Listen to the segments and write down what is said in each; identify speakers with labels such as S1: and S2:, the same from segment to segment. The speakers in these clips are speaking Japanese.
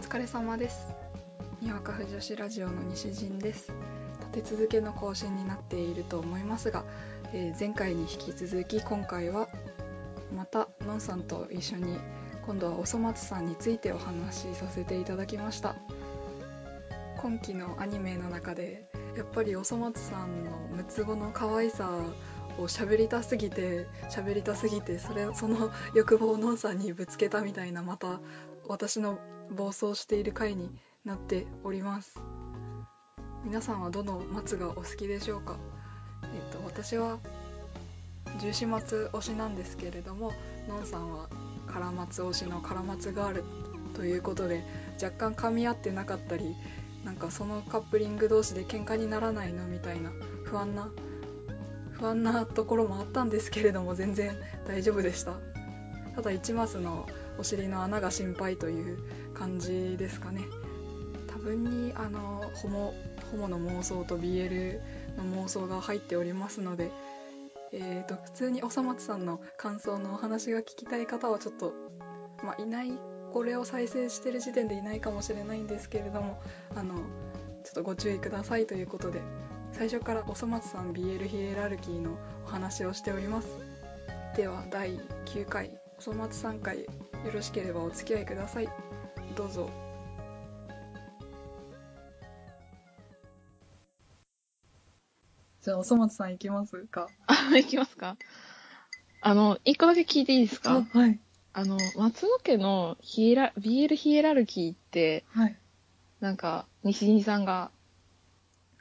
S1: 疲れ様ですにわか婦女子ラジオの西陣です立て続けの更新になっていると思いますが、えー前回に引き続き今回はまたのんさんと一緒に今度はおそ松さんについてお話しさせていただきました今期のアニメの中でやっぱりおそ松さんの六つ子の可愛さを喋りたすぎて喋りたすぎてそれその欲望をのんさんにぶつけたみたいなまた私の暴走している回になっております皆さんはどの松がお好きでしょうかえっ、と私は十四松推しなんですけれどものんさんは唐松推しの唐松ガールということで若干噛み合ってなかったりなんかそのカップリング同士で喧嘩にならないのみたいな不安な不安なところもあったんですけれども全然大丈夫でしたただ一マスのお尻の穴が心配という感じですかね多分にあのホモホモの妄想と BL の妄想が入っておりますのでえー、と普通におさまつさんの感想のお話が聞きたい方はちょっと、まあ、いないこれを再生してる時点でいないかもしれないんですけれどもあのちょっとご注意くださいということで最初からおそ松さん BL ヒエラルキーのお話をしておりますでは第9回おそ松さん回よろしければお付き合いくださいどうぞじゃあおそ松さんいきますか
S2: あ、いきますか。あの、一個だけ聞いていいですか
S1: はい
S2: あの、松尾家のヒエラ、BL ヒエラルキーって、
S1: はい
S2: なんか、西陣さんが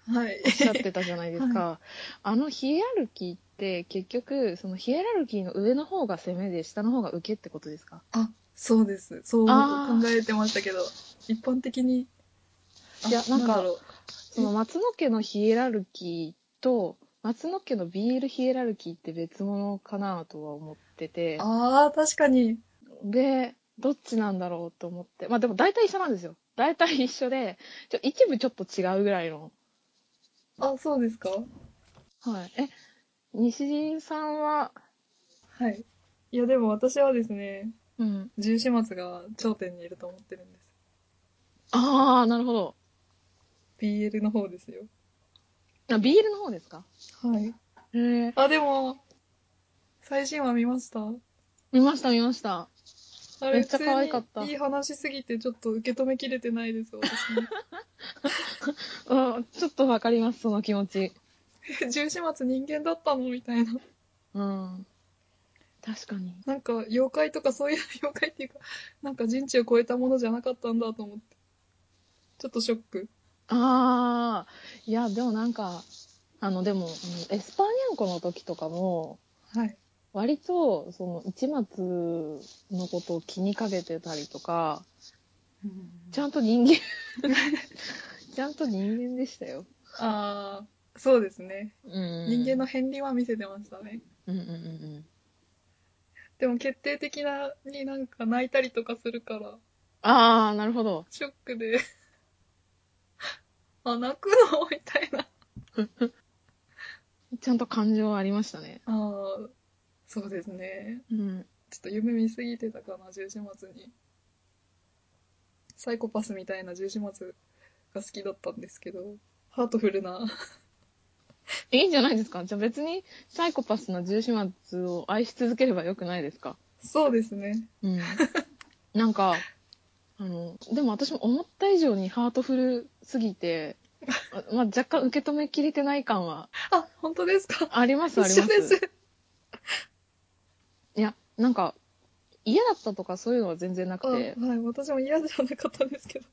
S1: はい
S2: おっしゃってたじゃないですか。あのヒエラルキーって、結局、そのヒエラルキーの上の方が攻めで、下の方が受けってことですか
S1: あそうですそう
S2: あ
S1: 考
S2: ー
S1: えてましたけど一般的にあ
S2: いやなんか
S1: だろう
S2: その松野家のヒエラルキーと、松野家の BL ヒエラルキーって別物かなとは思ってて、
S1: あー確かに
S2: で、どっちなんだろうと思って。まあでも大体一緒なんですよ。大体一緒で、ちょ一部ちょっと違うぐらいの。
S1: あそうですか
S2: はい。え、西陣さんは、
S1: はいいやでも私はですね
S2: うん。
S1: 十四松が頂点にいると思ってるんです
S2: ああ、なるほど。
S1: BL の方ですよ
S2: あ、BL の方ですか
S1: はい
S2: へえ。
S1: あでも最新話見ました
S2: 見ました、見ました。
S1: あれ
S2: めっちゃ可愛かっ
S1: 普
S2: た
S1: 通にいい話すぎてちょっと受け止めきれてないです私
S2: うん、ちょっとわかります、その気持ち。
S1: も十四松人間だったのみたいな
S2: うん。確かに。
S1: なんか妖怪とかそういう 妖怪っていうかなんか人知を超えたものじゃなかったんだと思ってちょっとショック
S2: ああ、いや、でもなんか、あの、でも、あのエスパーニャンコの時とかも、
S1: はい
S2: 割と、その、市松のことを気にかけてたりとか、ちゃんと人間、 ちゃんと人間でしたよ。
S1: ああそうですね、
S2: うん。
S1: 人間の片鱗は見せてましたね
S2: うんうんうん。
S1: でも決定的なになんか泣いたりとかするから
S2: ああ、なるほど。
S1: ショックで あ泣くのみたいな
S2: ちゃんと感情ありましたね。
S1: ああそうですね
S2: うん。
S1: ちょっと夢見すぎてたかな十四松にサイコパスみたいな十四松が好きだったんですけどハートフルな
S2: いいんじゃないですかじゃあ別にサイコパスな重始末を愛し続ければよくないですか
S1: そうですね
S2: うん。なんか、あの、でも私も思った以上にハートフルすぎて、あまあ、若干受け止めきれてない感は
S1: あ本当ですか
S2: あります、あり
S1: 一
S2: ま
S1: 緒
S2: す。
S1: です
S2: いや、なんか、嫌だったとかそういうのは全然な
S1: あ
S2: く
S1: は
S2: て
S1: い、私も嫌じゃなかったんですけど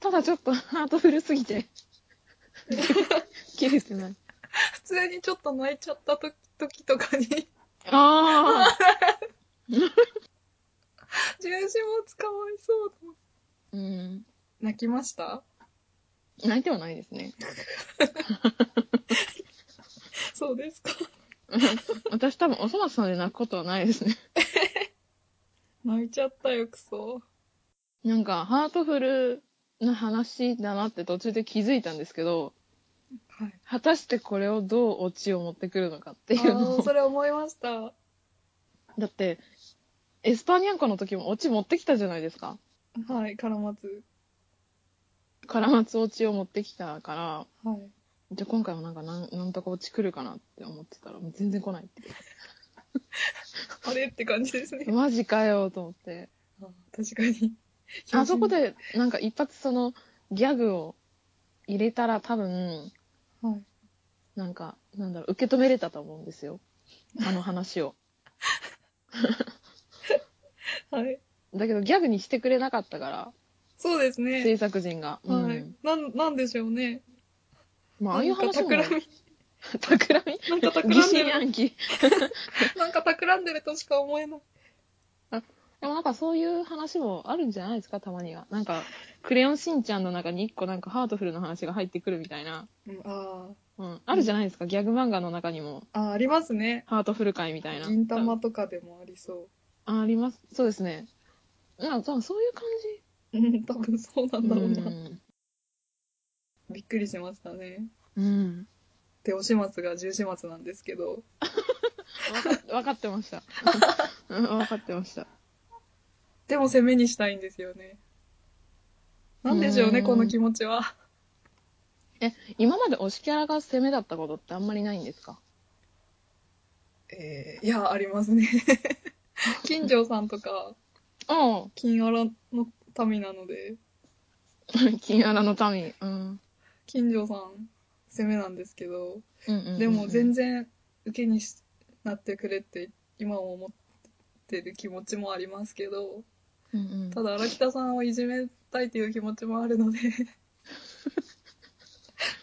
S2: ただちょっと ハートフルすぎて、切れてない。
S1: 普通にちょっと泣いちゃった時時とかに
S2: ああ、
S1: 十四松かわいそうと思って
S2: うん。
S1: 泣きました
S2: 泣いてはないですね。
S1: そうですか
S2: 私多分、おそ松さんで泣くことはないですね。
S1: 泣いちゃったよクソ
S2: なんか、ハートフルな話だなって途中で気づいたんですけど、
S1: はい
S2: 果たしてこれをどうオチを持ってくるのかっていうの
S1: ああ
S2: を。
S1: それ思いました
S2: だって、エスパーニャンコの時もオチ持ってきたじゃないですか。
S1: はい、カラマツ。
S2: カラマツオチを持ってきたから、
S1: はい。
S2: じゃあ今回もなんかなんなんとか落ち来るかなって思ってたら、もう全然来ないっていう。
S1: あれって感じですね。
S2: マジかよと思って。
S1: あ確かに。
S2: あそこ。で、なんか一発そのギャグを入れたら多分、
S1: はい。
S2: なんか、なんだろう、受け止めれたと思うんですよ。あの話を。
S1: はい。
S2: だけどギャグにしてくれなかったから、
S1: そうですね。
S2: 制作陣が。う
S1: はい
S2: ん。。
S1: なん、なんでしょうね。
S2: まあ、ああいう
S1: なんか
S2: 話も、
S1: 企 み、
S2: 企み、
S1: なんか企
S2: 疑
S1: んで
S2: 心
S1: る、
S2: 暗鬼。
S1: なんか企んでるとしか思えない。
S2: でもなんかそういう話もあるんじゃないですか、たまには。なんか、クレヨンしんちゃんの中に一個なんかハートフルな話が入ってくるみたいな。
S1: うん、あ
S2: うん。あるじゃないですか、ギャグ漫画の中にも。
S1: あ。ああ、ありますね。
S2: ハートフル会みたいな。
S1: 銀玉とかでもありそ
S2: ああります。そうですね。なんかそういう感
S1: う。うん、多分そうなんだろう
S2: じ。
S1: な。びっくりしましたね。
S2: うん。うん。
S1: で、お始末が十始末なんですけど。
S2: わかわかってました。うん わかってました。
S1: でも攻めにしたいんですよね。なんでしょうね、
S2: うん
S1: この気持ちは。
S2: 今まで推しキャラが攻めだったことってあんまりないんですか
S1: えーいや、ありますね。 金城さんとか、
S2: うん。
S1: 金アラの民なので、
S2: 金アラの民。うん。
S1: 金城さん、攻めなんですけど、
S2: うんうんうんうん
S1: でも全然受けにしなってくれって今も思ってる気持ちもありますけど、
S2: うんうん
S1: ただ荒北さんをいじめたいという気持ちもある ので、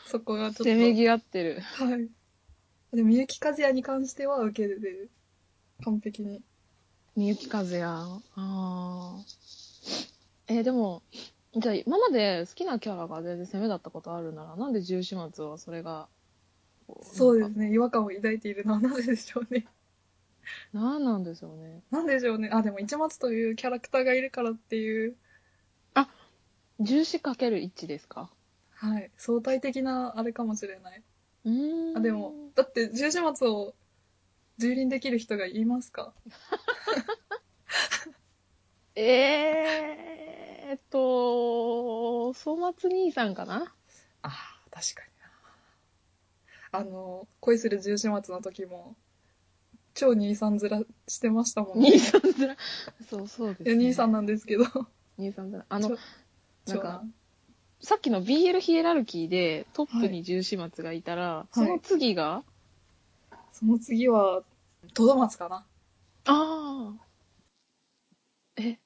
S1: そこがちょっと。
S2: せめぎ合ってる。
S1: はい。で、みゆきかずやに関しては受け入れて、完璧に。
S2: みゆきかずや。ああ。えーでも、じゃあ今まで好きなキャラが全然攻めだったことあるなら、なんで十四末はそれが、こ
S1: そうで
S2: なん
S1: す
S2: か
S1: ね、違和感を抱いているのはなぜでしょうね。
S2: なんなんでしょうね。
S1: なんでしょうね。あ、でも、市松というキャラクターがいるからっていう、
S2: 14×1 ですか
S1: はい、相対的なあれかもしれない。
S2: うーん。
S1: あ、でも、だって、十四松を蹂躙できる人がいますか
S2: えーっと、粗末兄さんかな
S1: ああ、確かにな。あの、恋する十四松の時も、超兄さん面してましたもんね。
S2: 兄さんずら。そう、そうです、
S1: いや、兄さんなんですけど。
S2: 兄さんずら。あの
S1: ちょ、
S2: なん
S1: 長
S2: か、
S1: 男
S2: さっきの BL ヒエラルキーでトップに重始末がいたら、その次が、
S1: その次は、トドマツかな。
S2: ああ。え、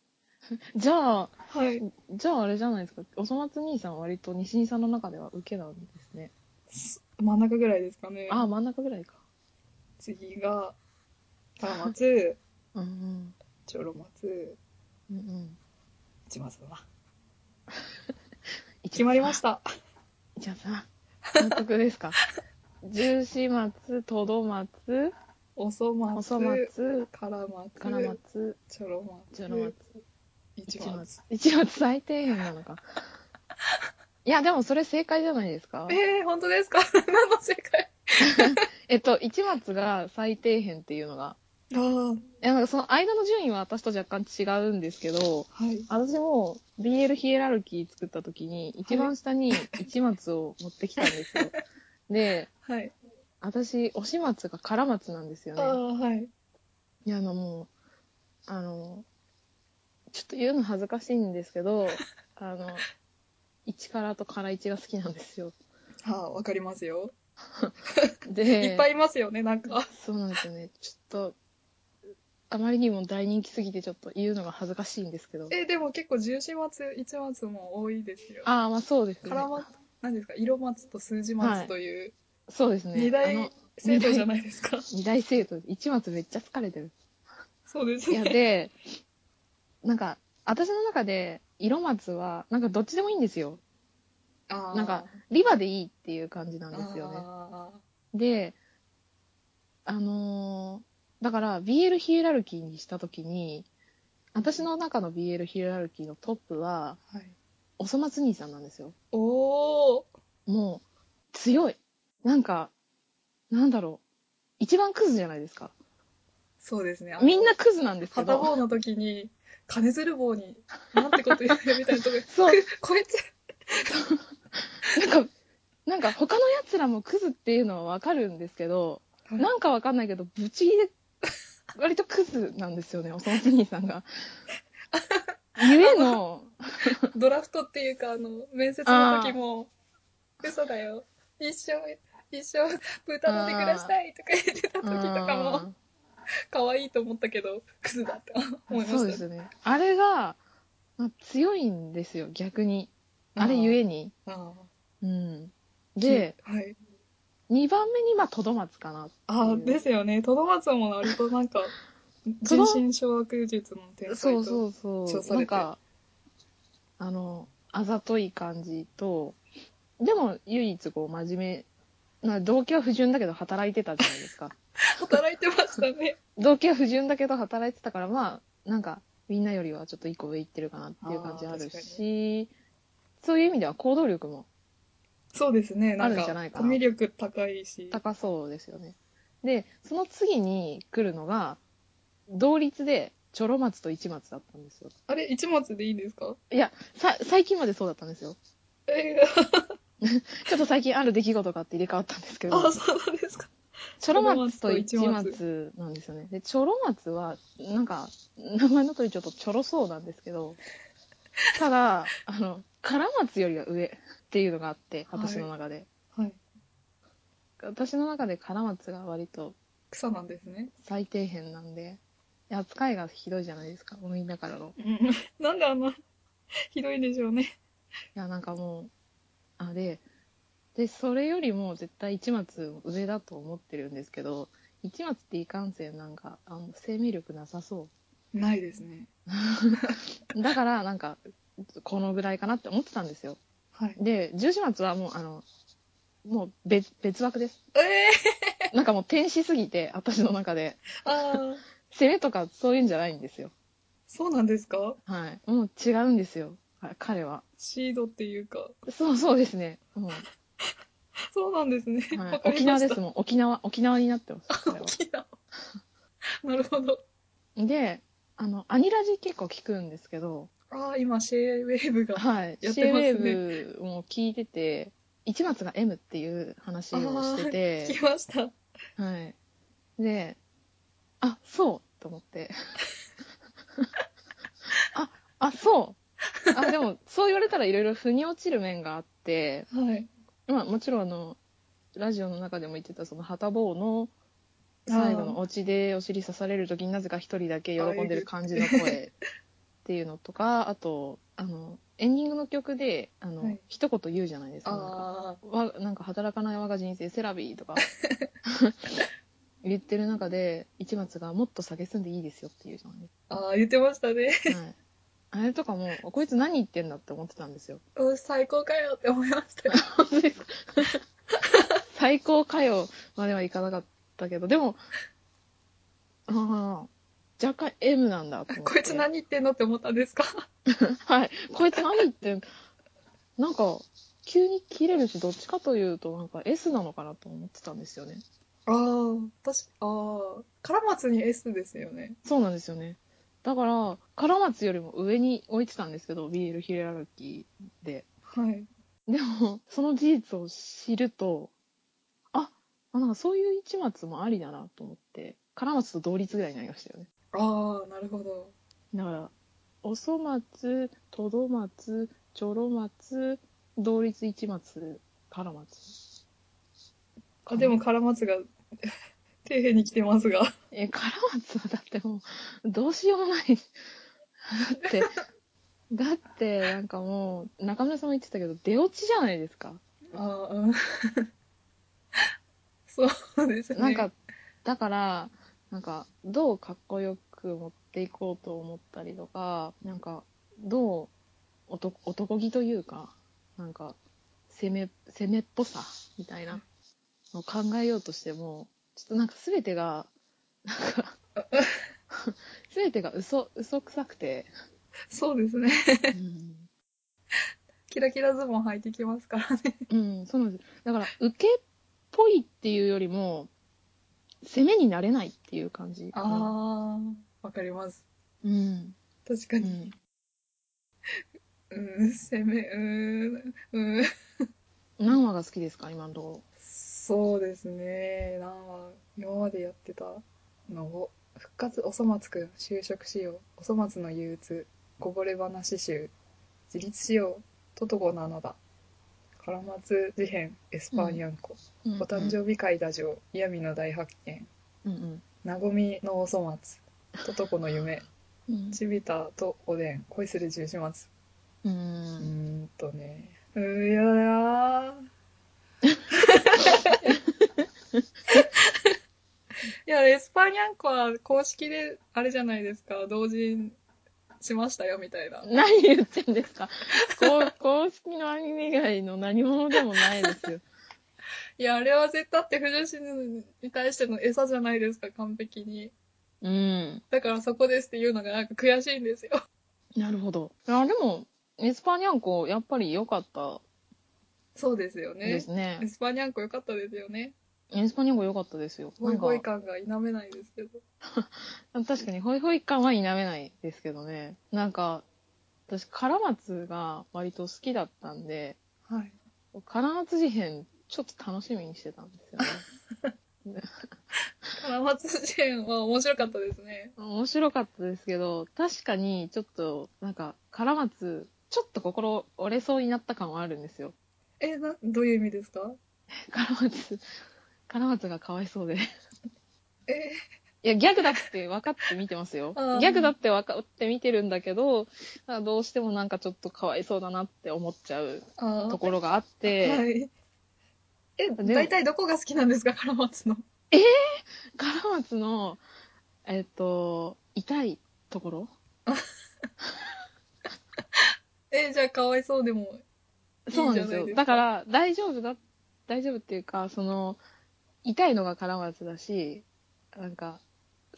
S2: じゃあ、
S1: はい。
S2: じゃああれじゃないですか。おそ松兄さんは割と西兄さんの中では受けなんですね。
S1: 真ん中ぐらいですかね。
S2: ああ、真ん中ぐらいか。
S1: 次が、タラマツ、
S2: うん
S1: チョロマツ、
S2: うん。うんうん。
S1: 市松だな。
S2: 決
S1: 決まりました。
S2: じゃあさ、納得ですか重始末、とど松、
S1: おそ
S2: お
S1: 松、
S2: そ松、
S1: から松、
S2: から松、
S1: ちょろ松、
S2: じゃろ松、
S1: 一
S2: 一
S1: 松。
S2: 松。一松最低限なのか。いや、でもそれ正解じゃないですか。
S1: えー、本当ですか 何の正解
S2: えっと、一松が最底辺っていうのが。
S1: ああ、
S2: いや、なんかその間の順位は私と若干違うんですけど、
S1: はい。
S2: 私も BL ヒエラルキー作った時に、一番下に一松を持ってきたんですよ。で、
S1: はい。
S2: 私、おし松がから松なんですよ
S1: あ
S2: ね。
S1: あ、はい。
S2: いや、あのもう、あの、ちょっと言うの恥ずかしいんですけ ど、あの、1からとから1が好きなんで すよ。
S1: ああ、わかりますよ。
S2: で、
S1: いっぱいいますよね、なんか。
S2: そうなんですよね。ちょっと、あまりにも大人気すぎてちょっと言うのが恥ずかしいんですけど。
S1: えー、でも結構十四松、一松も多いですよ。
S2: ああ、まあそうですね
S1: か。ら松、何ですか、色松と数字
S2: は
S1: 松
S2: い
S1: という、
S2: そうですね。
S1: 二
S2: あ
S1: 大
S2: の
S1: 制度じゃないですか。
S2: 二大生徒、一松めっちゃ疲れ てる。
S1: そうです
S2: いや、
S1: ね。
S2: で、なんか、私の中で、色松は、なんかどっちでもいいんですよ。
S1: あー
S2: なんか、リバでいいっていう感じなんですよね。
S1: あ
S2: で、あのーだから BL ヒエラルキーにしたときに、私の中の BL ヒエラルキーのトップは、
S1: ーはい。
S2: おそ松兄さんなんですよ。
S1: おー、
S2: もう、強い。なんか、なんだろう。一番クズじゃないですか。
S1: そうですね。あの
S2: みんなクズなんですけ
S1: 片
S2: ど。
S1: 方の時に金づる棒に、なんてこと言うみたいなとこ、
S2: そう。
S1: こいつ、
S2: なんか、なんか他のやつらもクズっていうのはわかるんですけど、
S1: はい
S2: なんかわかんないけど、ぶち切れ、割とクズなんですよね、おそ松兄さ んが。ゆえの、
S1: ドラフトっていうか、あの、面接の時も、嘘だよ。一生、一生、豚ので暮らしたいとか言ってた時とかも、可愛いと思ったけど、クズだって思いました。
S2: そうですよね。あれが、まあ強いんですよ、逆に。あれゆえに。
S1: あ
S2: うん。
S1: ー
S2: で、、
S1: はい。
S2: 2番目に、まあ、とどまつかなっていう。
S1: ああ、ですよね。とどまつも割となんか、
S2: とど
S1: 人心掌握術の天才
S2: そう
S1: と。
S2: そう
S1: 称
S2: そう。
S1: さ
S2: な
S1: れて
S2: んか、あの、あざとい感じと、でも唯一こう真面目、な動機は不純だけど働いてたじゃないですか。
S1: 働いてましたね。
S2: 動機は不純だけど働いてたから、まあ、なんか、みんなよりはちょっと一個上行ってるかなっていう感じある
S1: あー確
S2: し、そういう意味では行動力も
S1: そうですね。なん
S2: あるん
S1: か、
S2: じゃないか
S1: コ
S2: な
S1: ミュ力高いし。
S2: 高そうですよね。で、その次に来るのが、同率で、チョロ松と一松だったんですよ。
S1: あれ、一松でいいんですか
S2: いや、さ、最近までそうだったんですよ。
S1: えー、
S2: ちょっと最近ある出来事があって入れ替わったんですけ ど
S1: あ、、そうなんですか。
S2: チョロマツと
S1: チ
S2: 一
S1: ョロマツと
S2: 松なんですよね。で、チョロマツは、なんか、名前の通りちょっとチョロそうなんですけど、ただ、あの、カラマツよりは上っていうのがあって、
S1: はい
S2: 私の中で。
S1: はい。
S2: 私の中でカラマツが割と
S1: 草なんですね。
S2: 最底辺なんで、扱いがひどいじゃないですか、みんなからの。
S1: うんなんであんな、ひどいんでしょうね。
S2: いや、なんかもう、あ、で、で、それよりも絶対一松上だと思ってるんですけど、一松っていかんせんなんか、あの、生命力なさそ
S1: ないですね。
S2: う。だから、なんか、このぐらいかなって思ってたんですよ。
S1: はい。
S2: で、十四松はもう、あの、もう別、別枠です。
S1: ええ
S2: なんかもう天使すぎて、私の中で。
S1: ああ、
S2: 攻めとかそういうんじゃないんですよ。
S1: そうなんですか
S2: はい。もう違うんですよ。あ彼は。
S1: シードっていうか。
S2: そうそうですね。もう
S1: そうなんですね。
S2: は
S1: わ
S2: い、
S1: かり
S2: 沖
S1: ま
S2: 縄
S1: し
S2: で
S1: た。
S2: すもん。沖縄、沖縄になってます。彼は
S1: 沖縄。 なるほど。
S2: で、あの、アニラジ結構聞くんですけど、
S1: ああ、今、シェーウェーブが。
S2: はい。
S1: やっ
S2: シェ
S1: て
S2: ーウ
S1: ますね
S2: ェーブも聞いてて、一松が M っていう話をして
S1: 聞
S2: て
S1: き、ました。
S2: はい。で、あ、そうと 思って。あ、あ、そうあ、でも、そう言われたらいろいろ腑に落ちる面があって、
S1: はい。
S2: まあ、もちろんあの、ラジオの中でも言ってた、その、はたぼうの、最後
S1: あー
S2: のお家でお尻刺される時になぜか一人だけ喜んでる感じの声っていうのとか、あと、あの、エンディングの曲で、あの、
S1: はい
S2: 一言言うじゃないですか。なんか
S1: あ
S2: わなんか働かない我が人生セラビ ーとか言ってる中で、市松がもっと下げすんでいいですよっていうじゃない
S1: あ、ああ、言ってましたね。
S2: ですか。はい。あれとかも、こいつ何言ってんだって思ってた んですよ。
S1: うん最高かよって思いましたよ。
S2: 本当ですか最高かよまではいかなかったけど、でも、ああ、若干 M なんだと思って。
S1: こいつ何言ってんのって思ったんですか
S2: はい。こいつ何言ってんなんか、急に切れるし、どっちかというと、なんか S なのかなと思ってたんですよね。
S1: ああ、私、ああ、カラマツに S ですよね。
S2: そうなんですよね。だから、カラマツよりも上に置いてたんですけど、BL ヒエラルキーで。
S1: はい。
S2: でも、その事実を知ると、あ、あなんかそういう一末もありだなと思って、カ松と同率ぐらいになりましたよね。
S1: ああ、なるほど。
S2: だから、おそ松、とど松、ちょろ松、同率一松、カラ松。
S1: あ、でもカラマツが、底辺に来てますが。
S2: え、カラマツはだってもう、どうしようもない。 だって、だって、なんかもう、中村さんも言ってたけど、出落ちじゃないですか。
S1: ああ、うん。 そうですね。
S2: なんか、だから、なんか、どうかっこよく持っていこうと思ったりとか、なんか、どう男、男気というか、なんか、攻め、攻めっぽさ、みたいなのを考えようとしても、ちょっとなんか全てが、なんか、全てが嘘、嘘くさくて、
S1: そうですね。
S2: うん
S1: キラキラズボン履いてきますからね。
S2: うん、そうなんです。だから、受けっぽいっていうよりも、攻めになれないっていう感じかな。
S1: ああ、わかります。
S2: うん。
S1: 確か
S2: う
S1: に。
S2: ん
S1: うん、攻め、うん、うん。
S2: 何話が好きですか今のとこ
S1: そうですね。なんか今までやってたのを、復活、おそ松くん、就職しよう、おそ松の憂鬱、こぼれ話集、自立しよう、トトゴなのだ、カラマツ事変、エスパーニャンコ、
S2: ろ
S1: お誕生日会だじょう、嫌味の大発見、
S2: うんうん
S1: なごみのおそ松、トトコの夢、
S2: うん
S1: ちびたとおでん、恋する十四松、
S2: う
S1: うんーんとね。うーん、やだ なーいや、エスパーニャンコは公式で、あれじゃないですか、同時しましたよ、みたいな。
S2: 何言ってんですかこ う公式のアニメ以外の何者でもないですよ
S1: いや、あれは絶対だって、不女子に対しての餌じゃないですか、完璧に。
S2: うん
S1: だからそこですっていうのがなんか悔しいんですよ。
S2: なるほどあでもエスパーニャンコやっぱり良かった
S1: そうですよ
S2: で
S1: ね
S2: す。ね
S1: エスパーニャンコ良かったですよね。
S2: エスパーニャンコ良かったですよ
S1: ボイボ
S2: な
S1: イ
S2: んか
S1: 感が否めないですけど。
S2: 確かにホイホイ感は否めないですけどねなんか私カラマツが割と好きだったんで
S1: はい。
S2: カラマツ事変ちょっと楽しみにしてたんですよね
S1: カラマツジェンは面白かったですね。
S2: 面白かったですけど、確かにちょっと、なんか、カマツちょっと心折れそうになった感はあるんですよ。
S1: え、な、どういう意味ですか
S2: カラマツ、カラマツがかわいそうで。い
S1: え、
S2: や、ギャグだって分かって見てますよ。ギ
S1: うん
S2: ャグだって分かって見てるんだけど、なんかどうしてもなんかちょっとかわいそうだなって思っちゃう
S1: あー
S2: ところがあって、
S1: はい。え、
S2: も
S1: 大体どこが好きなんですか、 カラマツの。
S2: カラマツの、えっ、と、痛いところ
S1: え、じゃあ、かわいそうでも。いいじ
S2: そ
S1: ゃ
S2: う
S1: な
S2: ない
S1: で
S2: んですす
S1: か
S2: よ。だから、大丈夫だ、大丈夫っていうか、その、痛いのが絡まずだし、なんか、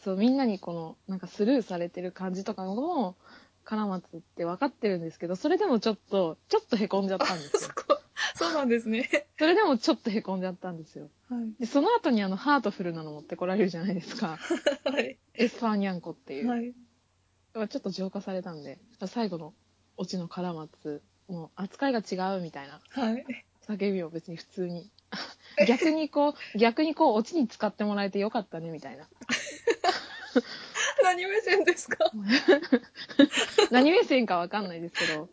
S2: そう、みんなにこの、なんかスルーされてる感じとかも、絡まずって分かってるんですけど、それでもちょっと、ちょっと凹んじゃったんです
S1: そ
S2: よ。
S1: こ、そうなんですね。
S2: それでもちょっと凹んじゃったんですよ。
S1: はい。
S2: で、その後にあの、ハートフルなの持ってこられるじゃないです か。
S1: はい。
S2: エスパーニャンコっていう。
S1: はい。
S2: まあちょっと浄化されたんで、最後のオチの絡まず、もう扱いが違うみたいな
S1: はい。
S2: 叫びを別に普通に逆にこう逆にこうオチに使ってもらえてよかったねみたいな
S1: 何目線ですか
S2: 何目線かわかんないですけど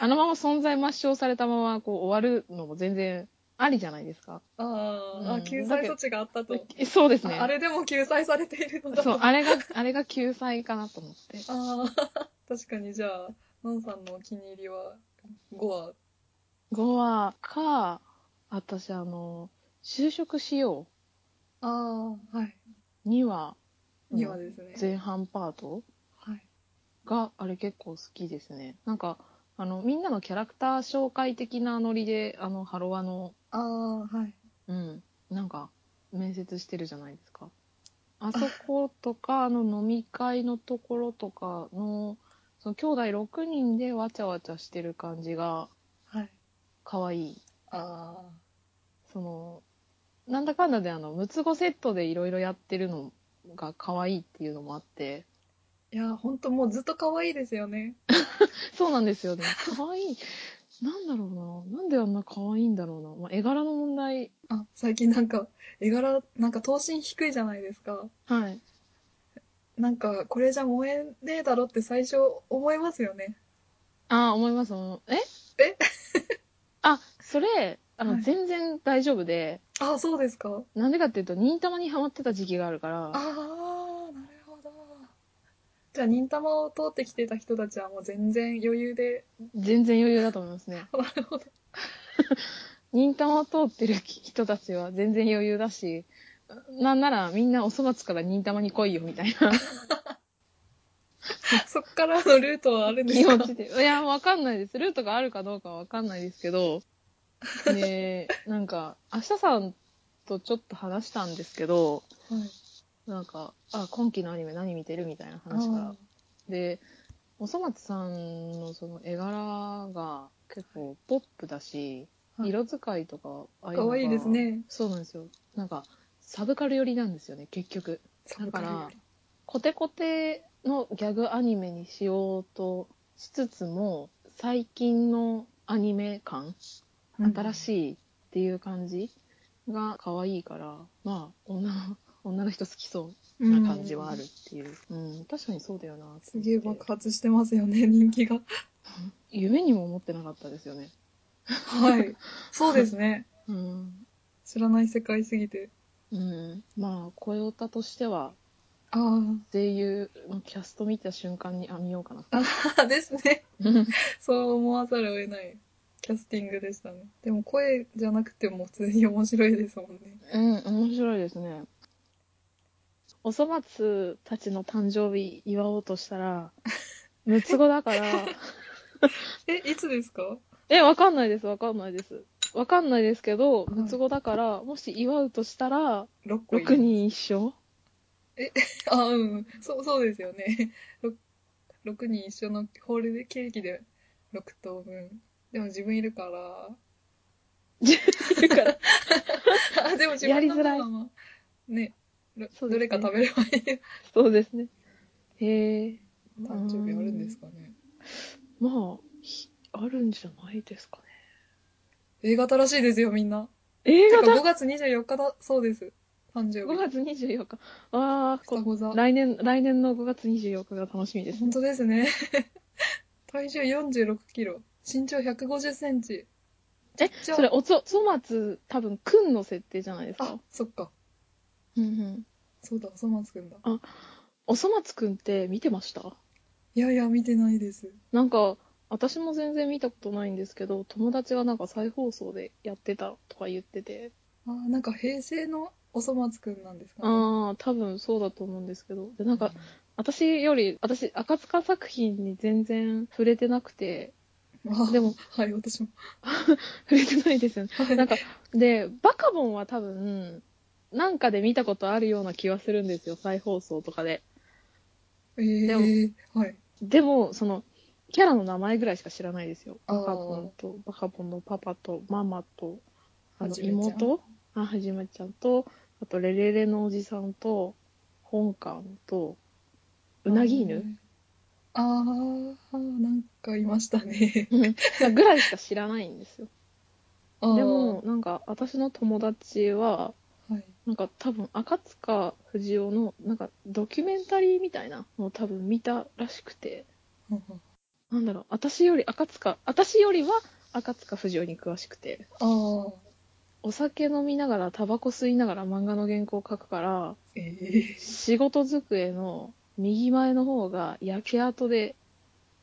S2: あのまま存在抹消されたままこう終わるのも全然ありじゃないですか
S1: あー
S2: う
S1: あ、
S2: ん
S1: 救済措置があったと。
S2: えそうですね
S1: ああれでも救済されているのだ
S2: そ
S1: と。
S2: う
S1: あ
S2: あれがあれが救済かなと思って
S1: あー、確かにじゃあ、のんさんのお気に入りは、5話。
S2: 5話か私あの就職しよ
S1: ああ、はい。
S2: う2話
S1: 2話ですね。
S2: 前半パート
S1: はい。
S2: があれ結構好きですねなんかあのみんなのキャラクター紹介的なノリであのハロワの
S1: ああ、はい。
S2: うん、なんか面接してるじゃないですか。あそことか、あの飲み会のところとかの、その兄弟6人でわちゃわちゃしてる感じが
S1: はい。
S2: 可愛い。
S1: ああ。
S2: その、なんだかんだであの、六つ子セットでいろいろやってるのが可愛いっていうのもあって、
S1: いやー、ほんともうずっと可愛いですよね。
S2: そうなんですよ ね。可愛い。なんだろうな。なんであんな可愛いんだろうな。まあ、絵柄の問題。
S1: あ、最近なんか、絵柄、なんか頭身低いじゃないですか。
S2: はい。
S1: なんか、これじゃ燃えねえだろって最初思いますよね。
S2: ああ、思います。思いますえ
S1: え
S2: あ、それ、あの、
S1: はい
S2: 全然大丈夫で、
S1: あ、そうですか。
S2: なんでかっていうと、忍たまにハマってた時期があるか
S1: あ
S2: ら、
S1: ー、なるほど。じゃあ、忍たまを通ってきてた人たちはもう全然余裕で。
S2: 全然余裕だと思いますね。
S1: なるほど。
S2: 忍たまを通ってる人たちは全然余裕だし、なんならみんなお粗末から忍たまに来いよみたいな
S1: そっからのルートはあるんで
S2: 気
S1: す
S2: 持
S1: か
S2: ちで。いや、わかんないです。ルートがあるかどうかはわかんないですけど、で、なんか、明日さんとちょっと話したんですけど、
S1: はい。
S2: なんか、あ、今期のアニメ何見てるみたいな
S1: あ
S2: 話から
S1: ー。
S2: で、おそ松さんのその絵柄が結構ポップだし、
S1: はい
S2: 色使いとか、ああうの
S1: 可
S2: が
S1: 愛いです。ね。
S2: そうなんですよ。なんか、サブカル寄りなんですよね、結局。だから、コテコテのギャグアニメにしようとしつつも最近のアニメ感新
S3: い
S2: しいっていう感じが可愛いからまあ女の女の人好きそうな感じはあるっていう、うん確かにそうだよなって
S1: すげえ爆発してますよね、人気が。
S2: 夢にも思ってなかったですよね、
S1: はい。そうですね。
S2: うん
S1: 知らない世界すぎて。
S2: うん、まあ声歌としては
S1: あ
S2: 声優のキャスト見た瞬間にあ見ようかな
S1: あ。ですね。
S2: うん
S1: そう思わざるを得ないキャスティングでしたね。でも声じゃなくても普通に面白いですもんね。
S2: うん面白いですねおそ松たちの誕生日祝おうとした ら六つ子だから
S1: え、いつですか
S2: え、わかんないです、わかんないです。わかんないですけ
S1: い
S2: ど、六つ子だから、もし祝うとしたら、
S1: ?6 個いる
S2: 6人一緒
S1: あ、うん。そう、そうですよね。6人一緒のホールでケーキで6等分。でも自分いるから。
S2: だから、
S1: あ、でも自分の
S2: やりづらい
S1: 分はね、ろ
S2: そう
S1: ど
S2: で
S1: れ
S2: すね
S1: か食べればいい。
S2: そうですね。へえ、
S1: 誕生日あるんですかね。
S2: まあ、ひあるんじゃないですかね。
S1: 映画らしいですよ、みん な。
S2: 映
S1: て
S2: 画
S1: か
S2: だ
S1: 5月24日だそうです。誕生
S2: !5
S1: 日。
S2: 月24日。ああ、
S1: 双
S2: こ
S1: 子座。
S2: 来年、来年の5月24日が楽しみです
S1: 本
S2: ね。
S1: 当ですね。 体重46キロ。身長150センチ。
S2: え、
S1: じゃあ
S2: それ、おそ、おそ松、多分、くんの設定じゃないです
S1: あ
S2: か。、
S1: そっか。
S2: うんうん。
S1: そうだ、おそ松くんだ。
S2: おそ松くんって見てました
S1: いやいや、見てないです。
S2: なんか、私も全然見たことないんですけど、友達がなんか再放送でやってたとか言ってて、
S1: あーなんか平成のおそ松くんなんですかね。
S2: ああ、多分そうだと思うんですけど、で、なんか、私より、私、赤塚作品に全然触れてなくて、
S1: あ、
S2: でも、
S1: はい、私も。
S2: 触れてないですよね。
S1: はい
S2: なんか、で、バカボンは多分、なんかで見たことあるような気はするんですよ、再放送とかで。
S1: えー、はい。
S2: でも、その、キャラの名前ぐらいしか知らないですよ。
S1: あー
S2: バカボンと、バカボンのパパと、ママと、あ
S1: は
S2: の
S1: じめちゃん
S2: 妹あはじめちゃんと、あと、レレレのおじさんと、本館と、うなぎ犬
S1: あーあー、なんかいましたね。
S2: うん ぐらいしか知らないんですよ。
S1: あー
S2: でも、、なんか、私の友達は、
S1: はい。
S2: なんか多分、赤塚不二夫の、なんか、ドキュメンタリーみたいなのを多分見たらしくて、なんだろう、私より赤塚、私よりは赤塚不二夫に詳しくて、
S1: ああ、
S2: お酒飲みながら、タバコ吸いながら漫画の原稿を書くから、
S1: ええ
S2: 仕事机の右前の方が焼け跡で、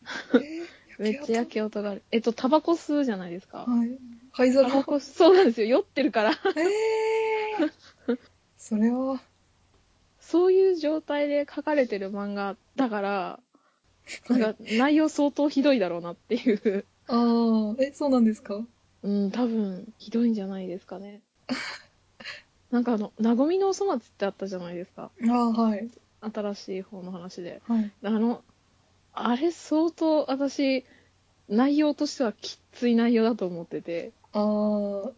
S1: ー。えー
S2: めっちゃ焼け跡がある。えっと、タバコ吸うじゃないですか。
S1: はい。灰
S2: タ
S1: 皿。
S2: バコ、そうなんですよ。酔ってるから。
S1: ええー。それは、
S2: そういう状態で書かれてる漫画だから、なん
S1: はい
S2: か内容相当ひどいだろうなっていう。
S1: ああ、え、そうなんですか
S2: うん、多分、ひどいんじゃないですかね。 なんかあの、なごみのお粗末ってあったじゃないですか。
S1: ああ、はい。
S2: 新しい方の話で。
S1: はい。
S2: あの、あれ相当私、内容としてはきつい内容だと思ってて、
S1: ああ、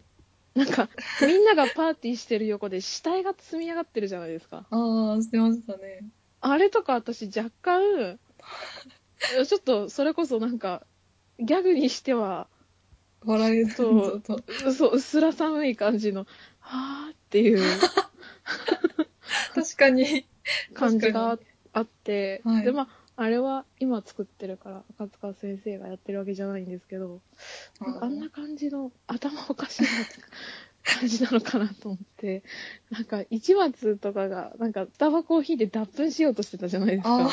S2: なんか、みんながパーティーしてる横で死体が積み上がってるじゃないですか。
S1: ああ、してましたね。
S2: あれとか私若干、ちょっとそれこそなんか、ギャグにしては、
S1: 笑える
S2: そう
S1: と。
S2: そう、薄ら寒い感じの、はぁーっていう
S1: 確かに。
S2: 感じ
S1: 確
S2: があって、
S1: はい
S2: で、まあ、あれは今作ってるから、赤塚先生がやってるわけじゃないんですけど、なんかあんな感じの頭おかしいな感じなのかなと思って、なんか市松とかが、なんかタバコを引いて脱粉しようとしてたじゃないですか。
S1: あ
S2: あ
S1: ー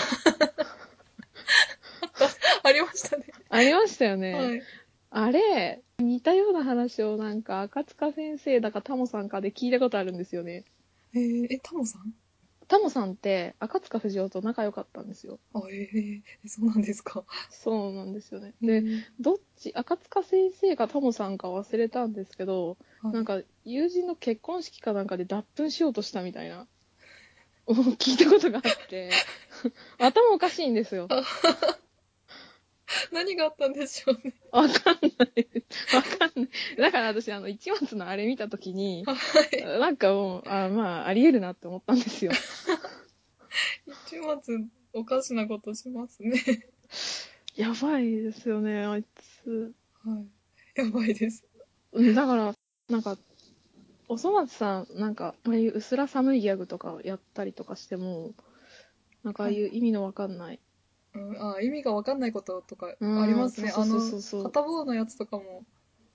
S1: ありましたね。
S2: りましたよね。
S1: はい。
S2: あれ、似たような話をなんか赤塚先生だかタモさんかで聞いたことあるんですよね。
S1: えー、え、タモさん
S2: タモさんって赤塚不二夫と仲良かったんですよ。
S1: あ、えー、えそうなんですか。
S2: そうなんですよね。
S1: え
S2: で、
S1: ー
S2: どっち、赤塚先生かタモさんか忘れたんですけど、
S1: はい
S2: なんか友人の結婚式かなんかで脱粉しようとしたみたいな、を聞いたことがあ って、頭おかしいんですよ。わ
S1: 何があったんでしょうね。
S2: かんない。わかんない。だから私、あの、一松のあれ見たときに、
S1: はい。
S2: なんかもう、あまあ、ありえるなって思ったんですよ。
S1: 一松おかしなことしますね。
S2: やばいですよね、あいつ。
S1: はい。やばいです。
S2: うんだから、なんか、おそ松さん、なんか、ああいううすら寒いギャグとかやったりとかしても、なんかああいう意味のわかんない。
S1: うん、あ意味がわかんないこととかあ
S2: うん
S1: りますね。
S2: そ
S1: あ
S2: うそ
S1: の
S2: うそうそう、
S1: 片棒のやつとかも。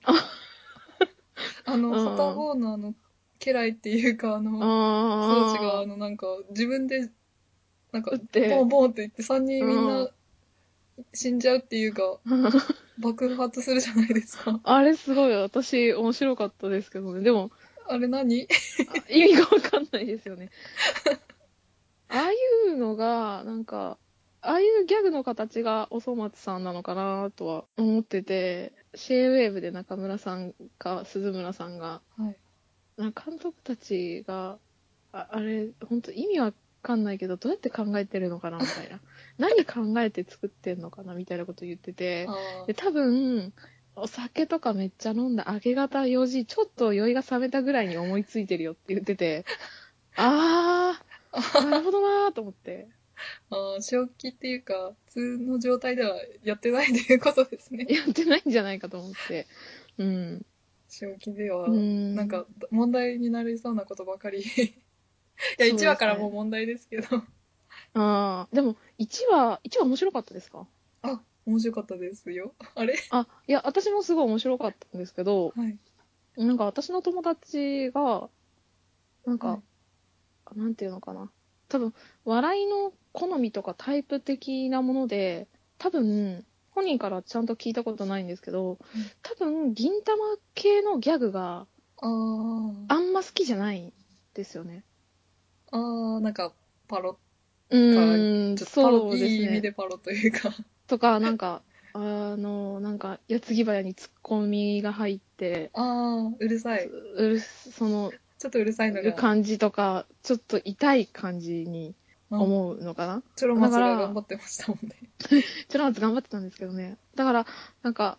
S2: あ
S1: あ
S2: うん
S1: の、片棒のあの、家来っていうか、あの、
S2: あ
S1: 掃除が、あ
S2: あ
S1: の、なんか、自分で、なんか
S2: 撃っ、て
S1: ボンボンって言って、3人みん
S2: う、。
S1: なん死んじゃうっていうか、爆発するじゃないですか
S2: あれすごい、私面白かったですけどね。でも、
S1: あれ何
S2: あ意味がわかんないですよね。ああいうのが、なんか、ああいうギャグの形がおそ松さんなのかなとは思ってて、シェーウェーブで中村さんか鈴村さんが、
S1: はい。
S2: なんか監督たちが、ああれ、本当意味わかんないけど、どうやって考えてるのかなみた いな。何考えて作ってんのかなみたいなこと言ってて。
S1: あ
S2: で多分お酒とかめっちゃ飲んだ明け方4時ちょっと酔いが覚めたぐらいに思いついてるよって言っててああなるほどなーと思って
S1: あー、正気っていうか、普通の状態ではやってないということですね。
S2: やってないんじゃないかと思ってうん
S1: 正気では、
S2: うん
S1: なんか、問題になりそうなことばかり。いや、
S2: そうですね
S1: 1話からもう問題ですけど。
S2: ああでも1話1話面白かったですか
S1: あ、面白かったですよ。あれ
S2: あいや私もすごい面白かったんですけど
S1: はい。
S2: なんか私の友達がなんか、
S1: はい
S2: なんていうのかな多分笑いの好みとかタイプ的なもので多分本人からちゃんと聞いたことないんですけど多分銀玉系のギャグが
S1: あー
S2: あんま好きじゃないんですよね。
S1: あー、なんか、パロ
S2: うーん
S1: ちょっとパロ、
S2: そうで
S1: いい意
S2: す
S1: 味
S2: ね。
S1: でパロというか。
S2: とかなんかあのなんか矢継ぎ早にツッコミが入って。
S1: ああ、うるさい。
S2: うるすその
S1: ちょっとうるさいのが。
S2: 感じとかちょっと痛い感じに
S1: うん
S2: 思うのかな、
S1: チョロマス
S2: だか
S1: が
S2: ら
S1: 頑張ってましたもんね。
S2: チョラマツ頑張ってたんですけどね。だから、なんか、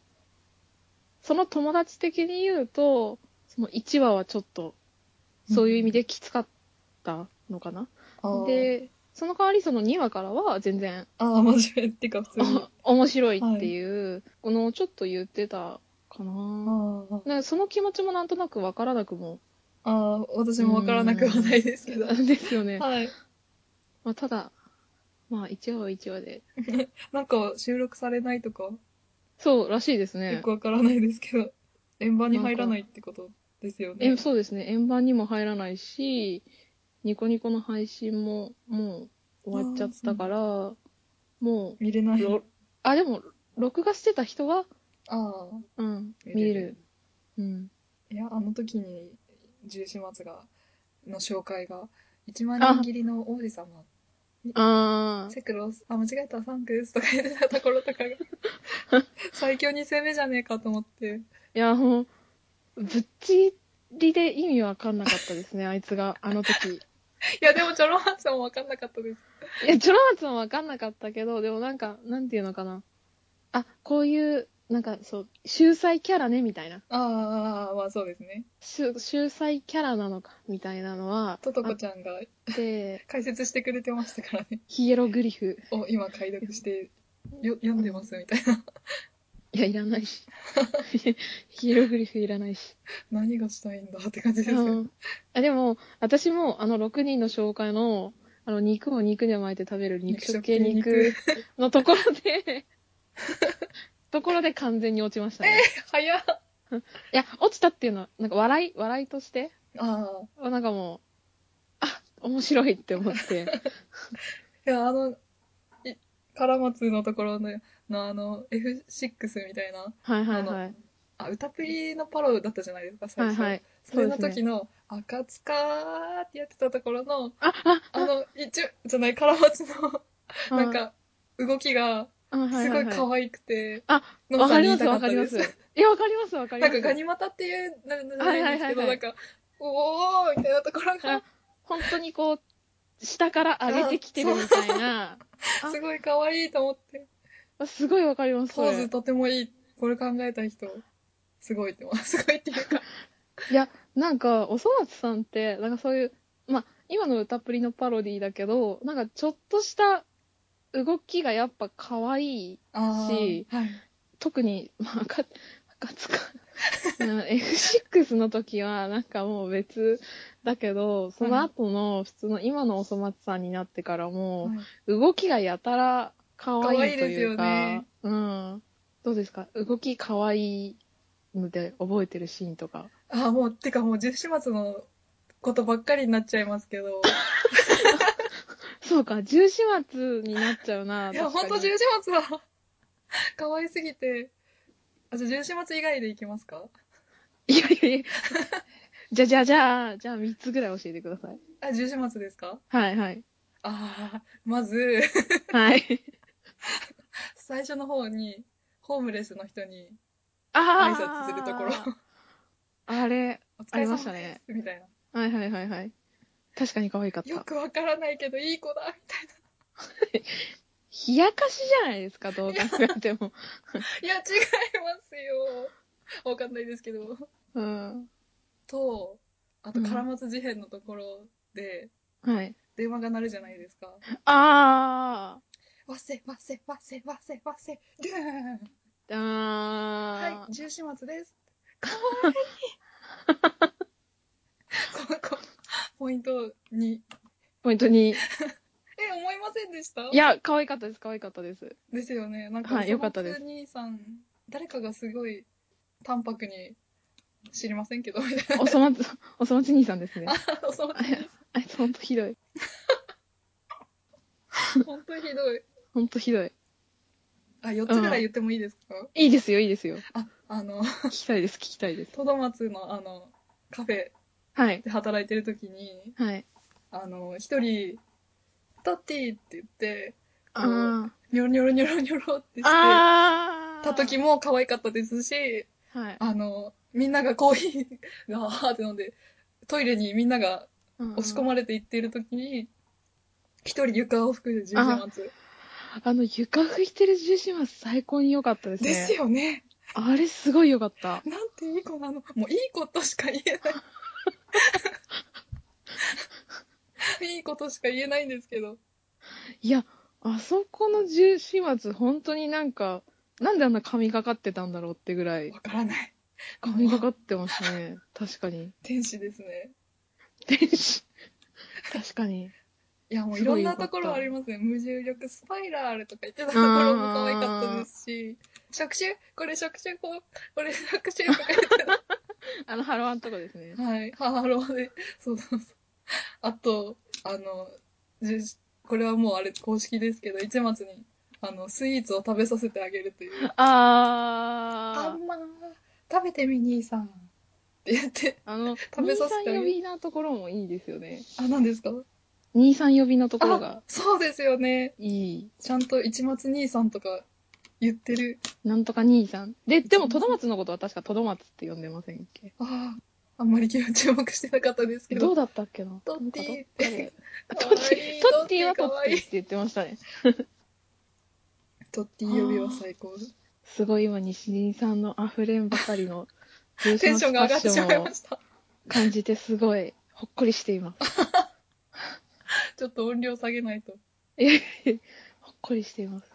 S2: その友達的に言うと、その1話はちょっと、そういう意味できつかったのかな。
S1: ああ、
S2: で、その代わりその2話からは全然、
S1: ああ、真面目っていうか、普通に。あ
S2: 面白いっていう、このちょっと言ってたかな。
S1: ー
S2: ねその気持ちもなんとなくわからなくも、
S1: あー、私もわからなくはないですけど。
S2: ですよね。
S1: はい。
S2: まあ、ただ、まあ1話は1話で。
S1: なんか、収録されないとか、
S2: そう、らしいです
S1: よ
S2: ね
S1: く。わからないですけど、円盤に入らないってことですよ
S2: え
S1: ね。
S2: そうですね円盤にも入らないしニコニコの配信ももう終わっちゃったからも
S1: 見れな
S2: う
S1: い。
S2: ろあでも録画してた人は、
S1: ああ、
S2: うん、見
S1: 見
S2: れ
S1: れ
S2: る
S1: る、
S2: うん、
S1: いや、あの時に、重始末が、の紹介が、1万人切りの王子様、
S2: ああ
S1: セクロス、あ、間違えた、サンクスとか言ってたところとかが、 最強2戦目じゃねえかと思 って、
S2: いやもうぶっちりで意味わかんなかったです ねあいつがあの時
S1: いや、でも、チョロハンさんも分かんなかったです。
S2: いやチョロマツもわかんなかったけどでもなんかなんていうのかなあこういうなんかそう秀才キャラねみたいな
S1: ああ、まあそうですね。
S2: 秀秀才キャラなのかみたいなのは
S1: トト
S2: あ
S1: コ
S2: っ
S1: ちゃんが
S2: て
S1: 解説してくれてましたからね。
S2: ヒエログリフ。
S1: お、今解読して、よ、読んでますみたいな。
S2: いや、い らないし。ヒエログリフいらないし。
S1: 何がしたいんだって感じですよ
S2: う
S1: ね。
S2: んあでも、私も、あの、6人の紹介の、あの、肉を肉に巻いて食べる肉食系肉
S1: 肉
S2: のところで、ところで完全に落ちましたね。
S1: 早っ
S2: いや、落ちたっていうのは、なんか笑い、笑いとして、
S1: ああ。
S2: なんかもう、あ、面白いって 思って。
S1: いや、あの、い、カラマツのところの、のあの、F6 みたいな、
S2: はいはいはい。
S1: あ、歌プリのパロだったじゃないですか、最
S2: はい
S1: 初。
S2: はい。
S1: それの
S2: そうです
S1: 時
S2: ね
S1: の、赤塚ーってやってたところの、
S2: あ、あ、
S1: あの、一応、じゃない、カラマツの、
S2: あ
S1: なん、か、動きが、
S2: あは
S1: すごい
S2: は
S1: 可愛くて、
S2: あ、
S1: ノ
S2: わ
S1: ンさ
S2: か
S1: ん
S2: り
S1: に言
S2: ま
S1: い
S2: す
S1: たか
S2: わ
S1: っ
S2: か
S1: た
S2: りま
S1: ですす。。
S2: いや、わかりますわかり
S1: な
S2: ま
S1: んか
S2: す。
S1: ガニ股っていうななじゃ
S2: はいは
S1: ないいんです
S2: はい
S1: けど、な
S2: はい
S1: んか、おーみたいなところが
S2: あ、本当にこう、下から上げてきてるみたいな。あ
S1: すごい可愛いと思って、
S2: あすごいわかります。そ
S1: ポー
S2: れ
S1: ズとてもいい。これ考えた人、すごいって思う、 すごいっていうか、
S2: いや、なんか、おそ松さんって、なんかそういう、まあ、今の歌っぷりのパロディだけど、なんかちょっとした動きがやっぱ可愛い
S1: あー
S2: し、特に、まあ、赤赤塚、うん F6 の時はなんかもう別だけど、その後の普通の今のおそ松さんになってからも、
S1: はい
S2: 動きがやたら可愛いという
S1: 可
S2: か、
S1: 愛いで
S2: うん。どうですか動き可愛いので覚えてるシーンとか。
S1: ああ、もう、てかもう、十始末のことばっかりになっちゃいますけど。
S2: そうか、十四末になっちゃうな。
S1: いや、ほん
S2: 確か
S1: と
S2: に
S1: 十始末は、 可愛すぎて。あ、じゃあ十始末以外でいきますか
S2: いやいやいや。じゃじゃじゃあ、じゃあ3つぐらい教えてください。
S1: あ、十始末ですか
S2: はいはい。
S1: ああ、まず、
S2: はい。
S1: 最初の方に、ホームレスの人に
S2: あ
S1: 挨拶するところ、
S2: あれ、
S1: お疲
S2: あり
S1: れ
S2: まし
S1: 様
S2: た
S1: で
S2: ね。
S1: す、みたいな。
S2: はいはいはいはい。確かに可愛かっ
S1: よ
S2: た。
S1: くわからないけど、いい子だ、みたい
S2: 冷やかしじゃないですか、どう考えても。
S1: な。いや、違いますよ。わかんないですけど。
S2: うん。
S1: と、あと、
S2: うん
S1: 唐松事変のところで、
S2: はい。
S1: 電話が鳴るじゃないですか。
S2: あ
S1: わせ、わせ、わせ、わせ、わせ、ドゥーン
S2: ー。あ
S1: はい、重始末です。かわいいここ、ポイント2。
S2: ー。ポイントに。
S1: え、思いませんでした
S2: いや、可愛かったです、可愛かっ たです。
S1: ですよね。なんか、
S2: はいよかったです
S1: おそ松兄さん、誰かがすごい淡白に知りませんけど、みたいな。
S2: おそ松、おそ松兄さんですね。
S1: おそ松兄
S2: あいつほんとひどい。
S1: さん、本当にひどい。
S2: ほんとひどい。
S1: あ、4つぐらい言ってもいいですか、
S2: いいですよ、いいですよ。
S1: あ、あの、
S2: 聞きたいです、聞きたいです。
S1: トドマツのあの、カフェ
S2: はい。
S1: で働いてる時に、
S2: はい。
S1: あの、一人、タッティって言って、
S2: あー
S1: ニョロニョロニョロニョロってして、
S2: あー。
S1: た時も可愛かったですし、
S2: はい。
S1: あの、みんながコーヒーがーって飲んで、トイレにみんなが押
S2: 押
S1: し込まれていっている時に、一人床を含んで十字待つ。
S2: あの、床拭いてる重心は最高に良かったですね。
S1: ですよね。
S2: あれすごい良かった。
S1: なんていい子なの。もういいことしか言 えない。いいことしか言えないんですけど。
S2: いや、あそこの重始末、本当になんか、なんであんな神がかってたんだろうってぐらい、
S1: わからない。
S2: 神がかってましたね。確かに。
S1: 天使ですね。
S2: 天使。確かに。
S1: いや、もういろんなところありますね。無重力スパイラルとか言ってたところも可愛かったですし、触手これ触手こうこれ触手とか言って
S2: あの、ハロワンとこですね。
S1: はい、ハローで、そうそうそう。あと、あの、じゅこれはもうあれ公式ですけど、一松に、あの、スイーツを食べさせてあげるという。あ
S2: あー。
S1: んまー、食べてみ、兄さん。って言って、
S2: あの、
S1: 食べさせてあげる
S2: 23呼びなところもいいですよね。
S1: あ、なんですか
S2: 23呼びのところが
S1: あ、そうですよね。
S2: いい。
S1: ちゃんと一松兄さんとか言ってる。
S2: なんとか兄さん。で、でも、とどまつのことは確かとどまつって呼んでませんっけ
S1: ああ、あんまり気が注目してなかったですけ
S2: ど
S1: ど。
S2: うだったっけな
S1: トッティ
S2: なんかどっか
S1: か
S2: であト
S1: わ
S2: ッ
S1: いい
S2: ティ、トッティは
S1: ト
S2: ト
S1: ッティかわ
S2: ッ
S1: いい
S2: ティって言ってましたね。
S1: トッティ呼びは最高。
S2: すごい今、西陣さんの溢れんばかりの テン
S1: テンションが上がってしまい
S2: を
S1: ました。
S2: 感じてすごいほっこりしています。
S1: ちょっと音量下げないと。
S2: ほっこりしてい ます。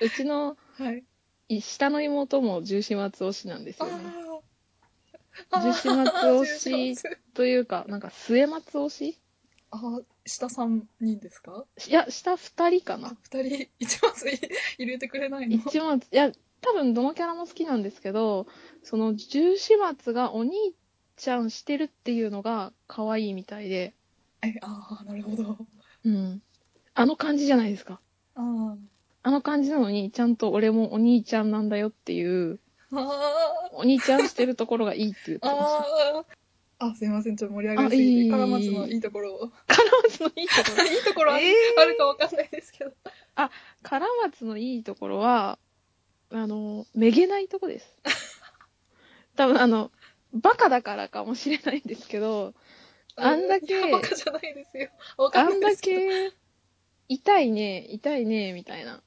S2: うちの
S1: はい。
S2: い下の妹も十四松推しなんです
S1: あ
S2: よね。
S1: あ。
S2: 十四松推し
S1: 重始末
S2: というか、なんか末松推し
S1: あー、下3人ですか
S2: いや、下二人かな
S1: あ、。2人、一松い入れてくれないの
S2: 一松いや多分どのキャラも好きなんですけどその十四松がお兄ちゃんしてるっていうのが可愛いみたいで、
S1: え、ああ、なるほど。
S2: うん、あの感じじゃないですか
S1: あー
S2: あの感じなのにちゃんと俺もお兄ちゃんなんだよっていう
S1: あー。
S2: お兄ちゃんしてるところがいいって言ってまし
S1: あー
S2: た
S1: あ、すいません、ちょっと盛り上がりすぎて、カ
S2: あいい
S1: ラマツのいいところを。
S2: カラマツのいいところ
S1: いいところある,、
S2: えー
S1: あるかわかんないですけど。
S2: カラマツのいいところはあのめげないとこ です多分あのバカだからかもしれないんですけどあんだけ
S1: いやバカじゃないですよ。わかん
S2: あ
S1: なんいで
S2: だ
S1: すけど。
S2: け、痛いね、痛いね、みたいな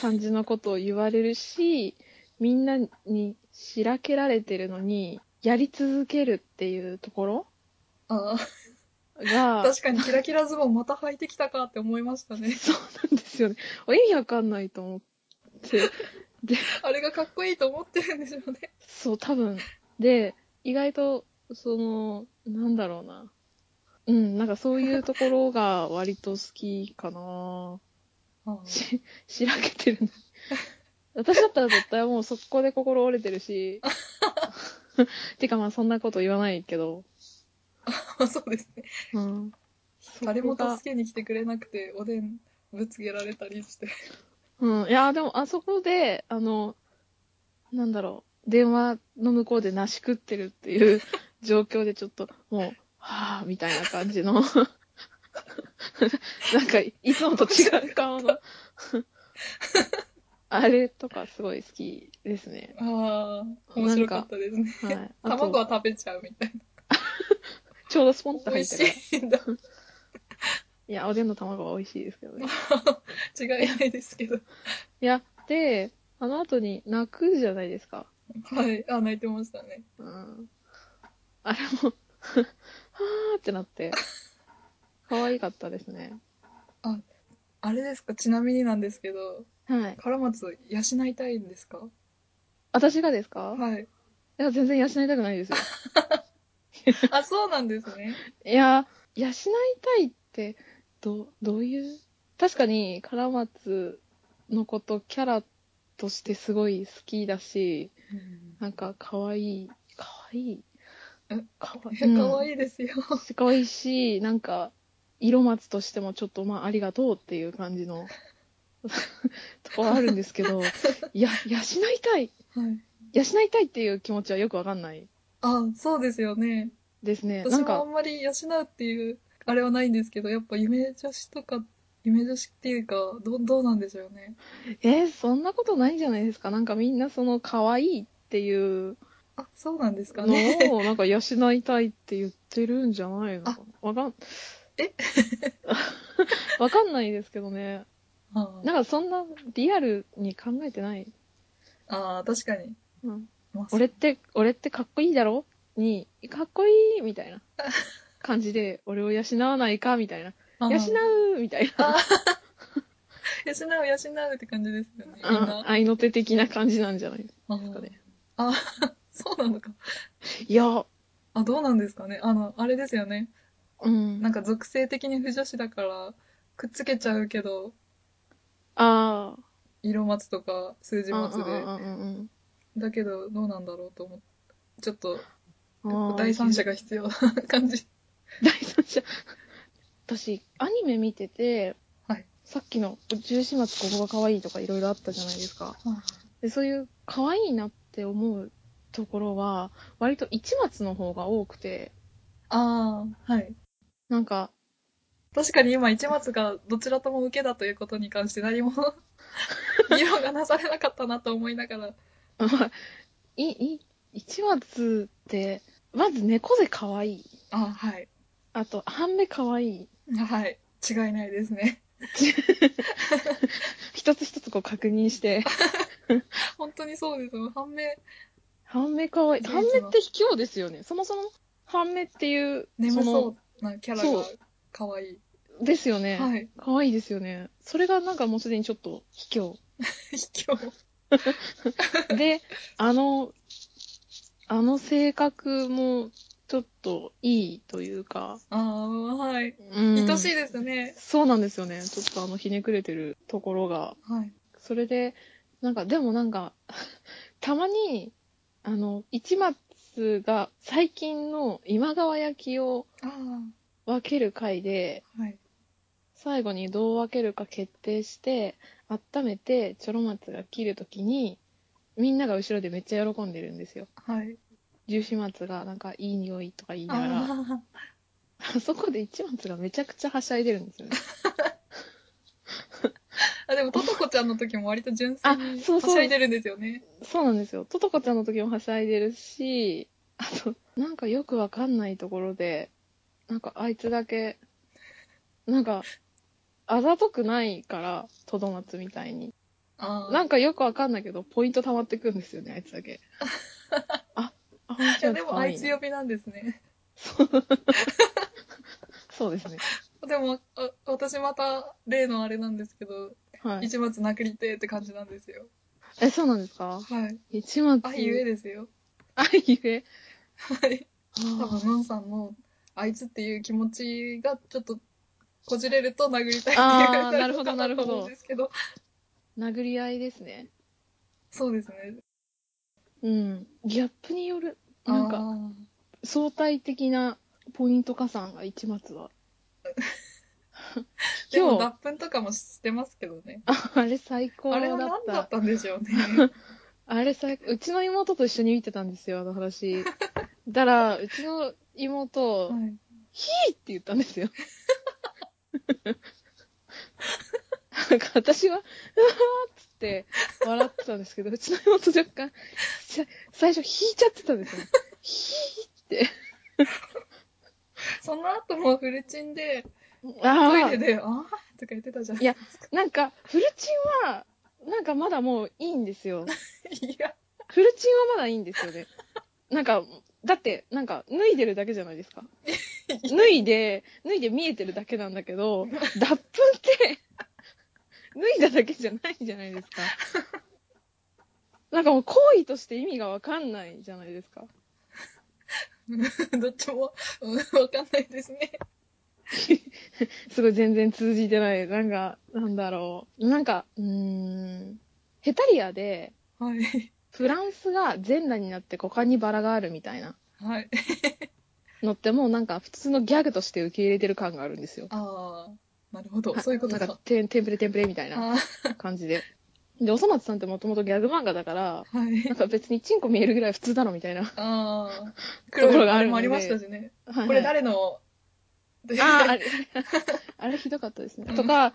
S2: 感じのことを言われるし、みんなにしらけられてるのに、やり続けるっていうところ
S1: あ
S2: が、
S1: 確かにキラキラズボンまた履いてきたかって思いましたね。
S2: そうなんですよね。あ意味わかんないと思って。
S1: あれがかっこいいと思ってるんでしょうね。
S2: そう、多分。で、意外と、その、なんだろうな。うん、なんかそういうところが割と好きかな。し、しらけてるね。私だったら絶対もう速攻で心折れてるし。てかまあそんなこと言わないけど。
S1: まあそうですね。
S2: うん。
S1: 誰も
S2: そこが
S1: 助けに来てくれなくて、おでんぶつけられたりして。
S2: うん。いや、でもあそこで、あの、なんだろう、電話の向こうでなし食ってるっていう 状況でちょっと、もう、はぁ、みたいな感じ の。なんか、いつもと違う 顔の。あれとかすごい好きですね。
S1: ああ、面白かったですね。
S2: はい。あ
S1: 卵
S2: と、
S1: は食べちゃうみたい
S2: ちょうどスポンって
S1: な。美
S2: 入った
S1: 味
S2: から。
S1: しいんだ。
S2: いや、おでんの卵は美味しいですけどね。
S1: 違いないですけど。
S2: いや、で、あの後に泣くじゃないですか。
S1: はい。あ、泣いてましたね。
S2: うん。あれも、 はーってなって、可愛かったですね。
S1: あれですかちなみになんですけど、
S2: はい。
S1: カラマツ養いたいんですか
S2: 私がですか
S1: はい。
S2: いや、全然養いたくないですよ。
S1: あ、そうなんですね。
S2: いや、養いたいって、ど、どういう確かに、カラマツのこと、キャラとしてすごい好きだし、なんか、可愛い、可愛い
S1: え。
S2: 可愛
S1: いや可愛いですよ。
S2: すごいし、なんか、色松としてもちょっと、まあ、ありがとうっていう感 じのとこはあるんですけど、いや、養いたい、
S1: はい。
S2: 養いたいっていう気持ちはよくわかんない
S1: あ、そうですよね。
S2: ですね。な
S1: 私
S2: ん
S1: もあ
S2: か、
S1: んまり養うっていうあれはないんですけどやっぱ夢女子とか夢女子っていうかどうどうなんでしょうね
S2: えーそんなことないんじゃないですか。なんかみんなその、可愛いっていう
S1: あそうなんですかね
S2: のを、なんか養いたいって言ってるんじゃないのかな。わかん、
S1: え
S2: わかんないですけどね。
S1: あ
S2: なんかそんなリアルに考えてない。
S1: あー確かに、
S2: うん
S1: まあそう
S2: 俺って、俺ってかっこいいだろに、かっこいいみたいな感じで、俺を養わないかみたいな。
S1: あー
S2: 養うみたいな。
S1: 養う養うって感じですよねみん
S2: うん
S1: な
S2: 愛の手的な感じなんじゃないです
S1: あ
S2: か
S1: ー
S2: ね。
S1: あーそうなのか
S2: いや、
S1: あどうなんですかねあのあれですよね
S2: うん。
S1: なんか属性的に不女子だからくっつけちゃうけど
S2: ああ。
S1: 色松とか数字松
S2: うん
S1: で
S2: うんうん
S1: だけどどうなんだろうと思ってちょっと
S2: うんあー
S1: 第三者が必要な 感じ
S2: 第三者。私、アニメ見てて、
S1: はい
S2: さっきの、十四松ここが可愛いとかいろいろあったじゃないですか。で、そういう可愛いなって思うところは、割と一松の方が多くて、
S1: ああ、はい。
S2: なんか、
S1: 確かに今、市松がどちらとも受けだということに関して何も 議論がなされなかったなと思いながら。
S2: い、い、一松って、まず猫背可愛い。
S1: あはい。
S2: あと、半目可愛い。
S1: はい。違いないですね。
S2: 一つ一つこう確 認して。
S1: 本当にそうです。反面、
S2: 半目可愛い。
S1: 事実
S2: 半
S1: の
S2: 目って卑怯ですよね。そもそも、半目っていう、
S1: 眠
S2: の
S1: そ、うなキャラが
S2: そう
S1: 可愛い。
S2: ですよね。
S1: はい。
S2: 可愛いですよね。それがなんかもうすでにちょっと 卑怯。
S1: 卑怯。
S2: で、あの、あの性格も、ちょっといいというか。
S1: ああ、はい。
S2: うん。
S1: 愛しいですね。
S2: そうなんですよね。ちょっとあの、ひねくれてるところが。
S1: はい。
S2: それで、なんか、でもなんか、 たまに、あの、市松が最近の今川焼きを
S1: あ
S2: 分ける回で、
S1: あ、はい。
S2: 最後にどう分けるか決定して、温めて、チョロ松が切るときに、みんなが後ろでめっちゃ喜んでるんですよ。
S1: はい。
S2: 十四松がなんかいい匂いとか言いながら、あ
S1: あ
S2: そこで市松がめちゃくちゃはしゃいでるんですよね。
S1: あ、でも、トトコちゃんの時も割と純粋
S2: あ
S1: に、
S2: そう
S1: は
S2: そう
S1: しゃいでるんですよね。
S2: そうなんですよ。トトコちゃんの時もはしゃいでるし、あと、なんかよくわかんないところで、なんかあいつだけ、なんか、あざとくないから、トドマツみたいに。
S1: ああ。
S2: なんかよくわかんないけど、ポイント溜まってくんですよね、あいつ だけ。あ、あ、本
S1: い
S2: 当
S1: や、
S2: に
S1: で
S2: 可
S1: も、あ
S2: 愛
S1: いつ呼びなんですね。
S2: そうですね。
S1: でもあ私また例のあれなんですけど、
S2: はい。
S1: 一松殴りてえって感じなんですよ
S2: え、そうなんですか
S1: はい
S2: 一松。
S1: あゆえ。ですよ
S2: あゆえ。
S1: はい多
S2: あ
S1: 分のんさんのあいつっていう気持ちがちょっとこじれると殴りたいっていう
S2: あ
S1: 感
S2: ー
S1: じ
S2: なるほど
S1: なのかと思
S2: なるほど
S1: うんですけど
S2: ー殴り合いですね。
S1: そうですね
S2: うん。ギャップによる、なん
S1: あ
S2: か、相対的なポイント加算が一松は。
S1: ーでも
S2: 今日、
S1: 脱粉とかもしてますけどね
S2: あれ最高だ
S1: あ
S2: っ
S1: れは何
S2: た。
S1: だったんでしょうね
S2: あれさ、うちの妹と一緒に見てたんです よ、私。だから、うちの妹、
S1: は
S2: ヒ
S1: い
S2: ーって言ったんで すよ。なんか私は、うわーっつって笑ってたんですけど、うちの妹若干、しゃ最初引いちゃってたんですよ。ヒ
S1: その後もフルチンで
S2: ーあ
S1: トイレ
S2: ー
S1: で「ああ」とか言ってたじゃないですか
S2: なんか、フルチンは、なんかまだもういいんですよ。
S1: いや
S2: フルチンはまだいいんですよね。なんか、だって、なんか、脱いでるだけじゃないですか。脱いで、脱いで見えてるだけなんだけど、脱粉って、脱いだだけじゃないじゃないですか。なんかもう行為として意味がわかんないじゃないですか。
S1: どっちも、うん、わかんないですね。
S2: すごい全然通じてない。なんか、なんだろう。なんか、うーん。ヘタリアで、
S1: はい。
S2: フランスが全裸になって股間にバラがあるみたいな
S1: はい。
S2: のってもうなんか普通のギャグとして受け入れてる感があるんですよ。
S1: ああ、なるほど。そういうこと
S2: なんか
S1: か。
S2: テンテンプレテンプレみたいな
S1: あ
S2: 感じで。で、おそ松さんってもともとギャグ漫画だから、
S1: あ、はい
S2: なん。か別にチンコ見えるぐらい普通だろみたいな。
S1: ああ、
S2: とこ
S1: 黒
S2: ろ
S1: い
S2: が
S1: あ
S2: あ
S1: れ
S2: るので
S1: もありましたしね。
S2: はい
S1: これ誰の、
S2: あーあれ、 あれひどかったですね。とか、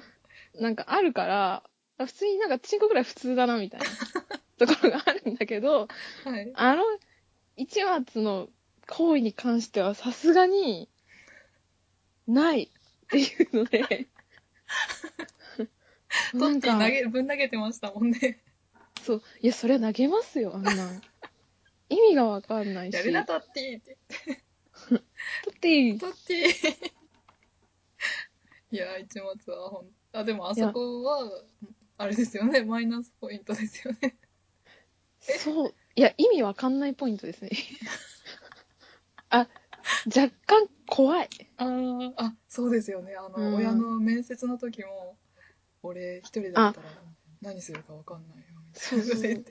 S2: なんかあるから、普通になんかチンコぐらい普通だなみたい なところがあるんだけど、
S1: はい。
S2: あの、一松の行為に関してはさすがに、ないっていうの で、
S1: ト
S2: なん
S1: ッティ
S2: か
S1: 投げ、ぶん投げてましたもんね。
S2: そう、いや、それは投げますよ、あんなん。意味がわかんないし。
S1: やるな、トッティって。
S2: だって、
S1: トッティ。いやー、一松はほん、あ、でもあそこは、あれですよね。マイナスポイントですよね。
S2: そう、いや、意味わかんないポイントですね。 あ、若干怖い。
S1: ああ、あ、そうですよね。あの、
S2: うん
S1: 親の面接の時も、俺一人だったら何するかわかんないよ、みたいなこと言っ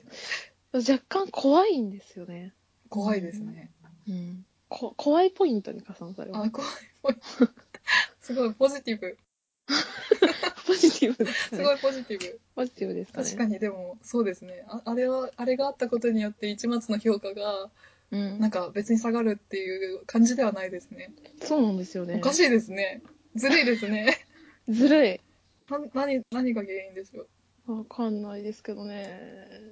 S1: て。
S2: 若干怖いんですよね。
S1: 怖いですね。
S2: うん。こ怖いポイントに加算されます。
S1: あ、怖い、怖い。 すごいポジティブ。
S2: ポジティブです
S1: す
S2: ね。
S1: ごいポジティブ。
S2: ポジティブですかね。
S1: 確かに、でも、そうですね。ああれは、あれがあったことによって、一松の評価が、
S2: うん
S1: なんか別に下がるっていう感じではないですね。
S2: そうなんですよね。
S1: おかしいですね。ずるいですね。
S2: ずるい。
S1: な、何、何が原因でしょう。
S2: わかんないですけどね。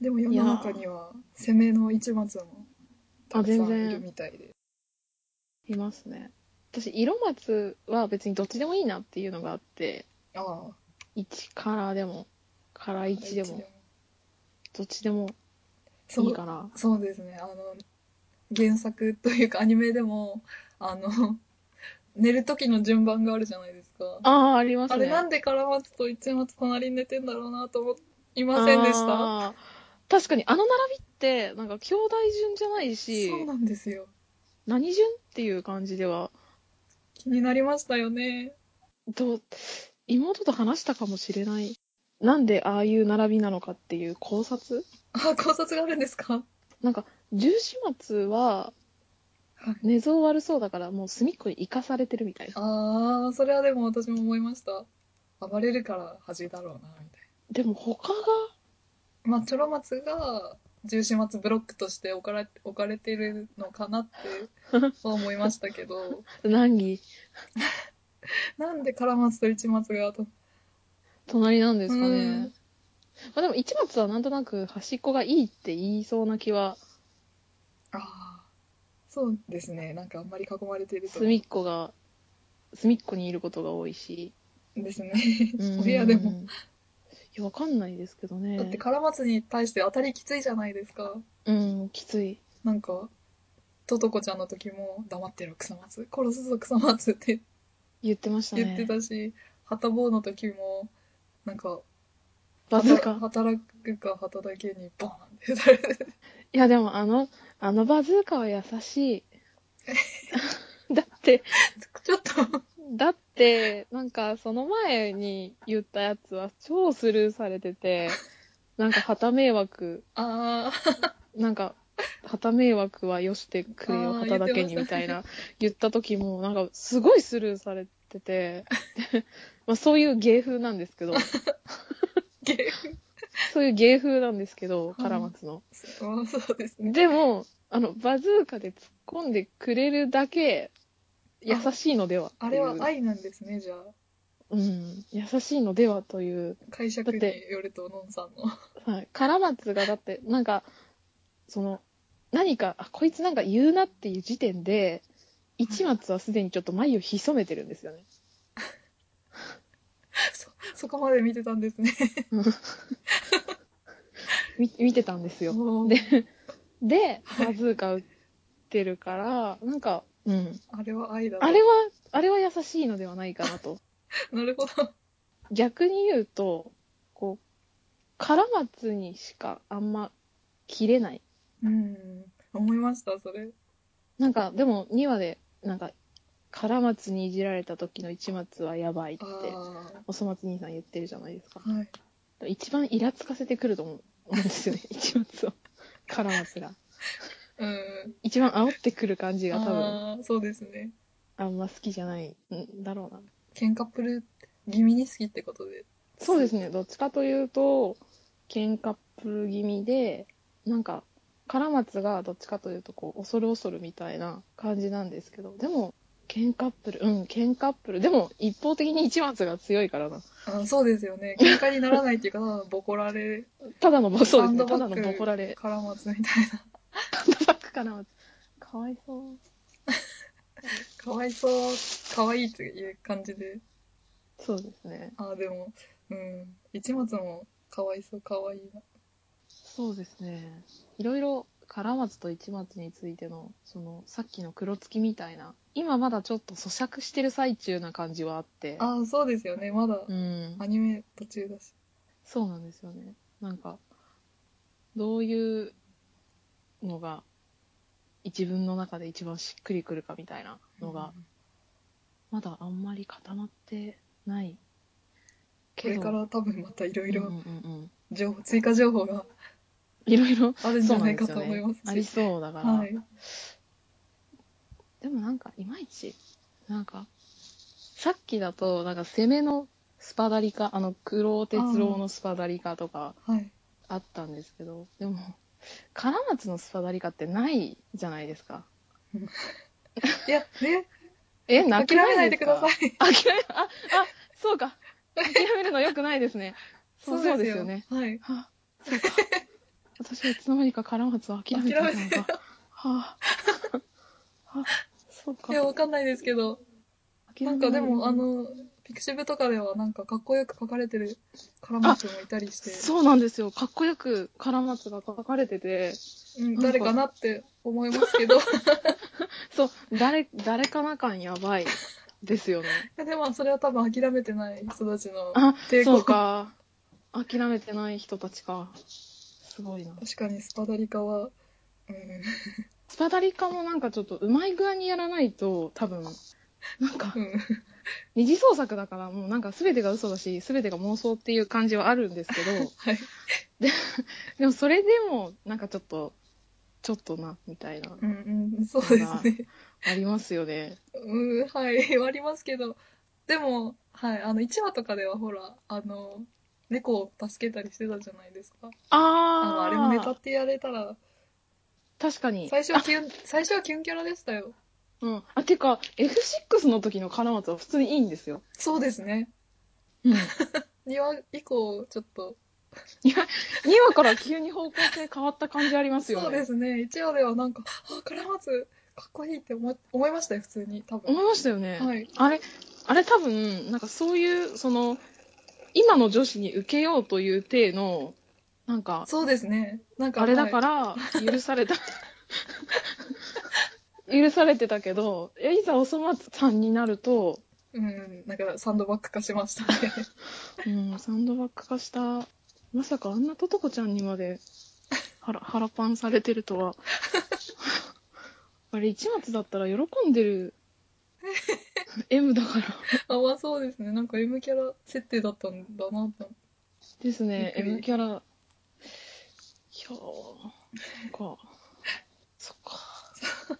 S1: でも世の中には、攻めの一松も、たくさんいるみたいで。
S2: いますね。私、色松は別にどっちでもいいなっていうのがあって、
S1: ああ。
S2: 1からでも、から1でも、どっちでも
S1: そ
S2: いいうから。
S1: そうですねあの原作というかアニメでもあの寝る時の順番があるじゃないですかあ,、
S2: ああ、ありますね。
S1: れなんでから松と一松隣に寝てんだろうなと思いませんでした
S2: あー確かに、あの並びって、なんか兄弟順じゃないし、
S1: そうなんですよ
S2: 何順っていう感じでは、
S1: 気になりましたよね
S2: どう、妹と話したかもしれない。なんでああいう並びなのかっていう考察
S1: あ考察があるんですか
S2: なんか、十四松は
S1: はい、
S2: 寝相悪そうだから、もう隅っこに生かされてるみたいな。
S1: ああそれはでも私も思いました暴れるから恥だろうなみたい
S2: でも他が、
S1: なまあチョロ松が重始末ブロックとして置かれ置かれてるのかなっては思いましたけ ど
S2: 何儀
S1: なんでカラマツと市松がと。
S2: 隣なんですか
S1: うん
S2: ね。まあでも市松はなんとなく端っこがいいって言いそうな気は、
S1: ああ。そうですね。なんかあんまり囲まれていると。
S2: 隅っこが、隅っこにいることが多いし。
S1: ですね。
S2: うん
S1: お部屋でも。。
S2: いや、わかんないですけどね。
S1: だってカラマツに対して当たりきついじゃないですか。
S2: うん、きつい。
S1: なんか、ととこちゃんの時も、黙ってろ、草松。殺すぞ、草松って
S2: 言ってましたね。
S1: 言ってたし、はたぼうの時も、なんか、
S2: バズーカ。
S1: 働くか働けにボーンって打たれて。
S2: いや、でもあの、あのバズーカは優 しい。だって、
S1: ちょっと、
S2: だって、なんか、その前に言ったやつは超スルーされてて、なんか、旗迷惑、
S1: あ
S2: なんか、旗迷惑はよしてくれよ、
S1: あー
S2: 旗だけに
S1: 言
S2: み
S1: って
S2: た
S1: まし
S2: いな、言った時も、なんか、すごいスルーされ てて、まあ、そういう芸風なんですけど、
S1: ー、ゲーム
S2: そういう芸風なんですけど、カラマツの。
S1: そう。そうですね。
S2: でも、あの、バズーカで突っ込んでくれるだけ、優しいのではっていう
S1: あれは愛なんですね、じゃあ。
S2: うん、優しいのではという、
S1: 解釈によると、のんさんの。
S2: はい、カラマツがだって、なんか、その、何か、あ、こいつなんか言うなっていう時点で、一松はすでにちょっと眉を潜めてるんですよね。
S1: そ、そこまで見てたんですね。
S2: み見てたんですよ。
S1: もう
S2: でで、バズーカ打ってるから、なんか、うん。
S1: あれは愛だな
S2: あれは、あれは優しいのではないかなと。
S1: なるほど。
S2: 逆に言うと、こう、カラマツにしかあんま切れない。
S1: うん。思いました、それ。
S2: なんか、でも2話で、なんか、カラマツにいじられた時の市松はやばいって
S1: あ、
S2: おそ松兄さん言ってるじゃないですか
S1: あ。。はい。
S2: 一番イラつかせてくると思うんですよ ね、市松を。カラマツが。
S1: うん。
S2: 一番煽ってくる感じが多分、
S1: ああ、そうですね。
S2: あんま好きじゃないんだろうな。
S1: 喧嘩プル気味に好きってことで。
S2: そうですね、どっちかというと、喧嘩っぷる気味で、なんか、カラマツがどっちかというと、こう、恐る恐るみたいな感じなんですけど、でも、喧嘩っぷる、うん、喧嘩っぷる、でも、一方的に市松が強いからな。
S1: あーそうですよね。喧嘩にならないっていうか、ただのボコられ、
S2: ただのボ、そう
S1: ハ
S2: です
S1: ン
S2: ね、
S1: ド
S2: た
S1: バッ
S2: だの
S1: グ
S2: ボコられ。
S1: 絡まつみたいな。
S2: ハンドバッ グカラマツ。かわいそう。
S1: かわいそう、かわいいという感じで。
S2: そうですね。
S1: ああ、でも、うん。市松もかわいそう、かわいいな。
S2: そうですね。いろいろ、カラマツと市松についての、その、さっきの黒月みたいな、今まだちょっと咀嚼してる最中な感じはあって。
S1: ああ、そうですよね。まだ、
S2: うん。
S1: アニメ途中だし。
S2: そうなんですよね。なんか、どういうのが、自分の中で一番しっくりくるかみたいなのが、まだあんまり固まってない。
S1: これから多分またいろい
S2: うん
S1: ろ
S2: うんうん
S1: 情報、追加情報が
S2: いろいろ、
S1: あるんじ
S2: そ
S1: ゃ
S2: うな
S1: ない
S2: んで
S1: か
S2: す
S1: と
S2: よ
S1: 思い
S2: ね
S1: ます。
S2: ありそうだから。
S1: はい。
S2: でもなんか、いまいち、なんか、さっきだと、なんか攻めのスパダリカ、あの、黒鉄郎のスパダリカとか
S1: はい。
S2: あったんですけど、でも、カラマツのスパダリカってないじゃないですか。
S1: いや、ね、
S2: え、
S1: 諦
S2: 泣き
S1: めないでくださ
S2: い
S1: い。
S2: ですか。諦め、あ、あ、そうか。諦めるの良くないで すね。そうそうですよね。。
S1: はい。
S2: あ、そうか。私はいつの間にかカラマツを諦めていたの
S1: 諦め
S2: か。はあ、はあ、そうか
S1: い。や、わかんないですけど、
S2: 諦
S1: な
S2: め
S1: ん
S2: な
S1: かで
S2: い
S1: も、あ、の、ピクシブとかではなんかかっこよく書かれてるカラマツもいたりして、
S2: そうなんですよ。かっこよくカラマツが書かれてて、
S1: うん、誰かなって思います けど、
S2: そう、誰、誰かな感やばいですよね。
S1: でもそれは多分諦めてない人たちの
S2: あ、
S1: 抵
S2: そう
S1: 抗
S2: か。諦めてない人たちか。すごいな。
S1: 確かにスパダリカは、うん、
S2: スパダリカもなんかちょっとうまい具合にやらないと多分なんか
S1: うん
S2: 二次創作だからもうなんか全てが嘘だし全てが妄想っていう感じ はあるんですけど
S1: はい。
S2: でもそれでもなんかちょっとちょっとなみたいな
S1: うんうん、そうですね。
S2: ありますよね。
S1: うん、はい、 ありますけど、でも、はい、あの、1話とかではほら、あの、猫を助けたりしてたじゃないですか。あの、
S2: あ
S1: あれもネタってやれたら、
S2: 確かに。
S1: 最初はキュン、最初はキュンキャラでしたよ。
S2: うん。あ、てか F6 の時の金松は普通にいいんですよ。
S1: そうですね。
S2: うん。
S1: 2話以降、ちょっと、
S2: 2話から急に方向性変わった感じありますよね。
S1: そうですね。1話ではなんか、あ、カラマツ、かっこいいって思い思いましたよ、普通に、多分。
S2: 思いましたよね。
S1: はい。
S2: あれ、あれ多分、なんかそういう、その、今の女子に受けようという体の、なんか、
S1: そうですね。なんか、、
S2: あれだから ら、許された、許されてたけど、いざおそ松さんになると、
S1: うん、なんかサンドバッグ化しましたね。
S2: うん、サンドバッグ化した。まさかあんなととこちゃんにまで腹腹パンされてるとは。 あれ、一松だったら喜ん でる。M だから。
S1: あ、まあそうですね。なんか M キャラ設定だったんだなと。
S2: ですね、
S1: びっくり
S2: M キャラ。いやー、なんか、そっか。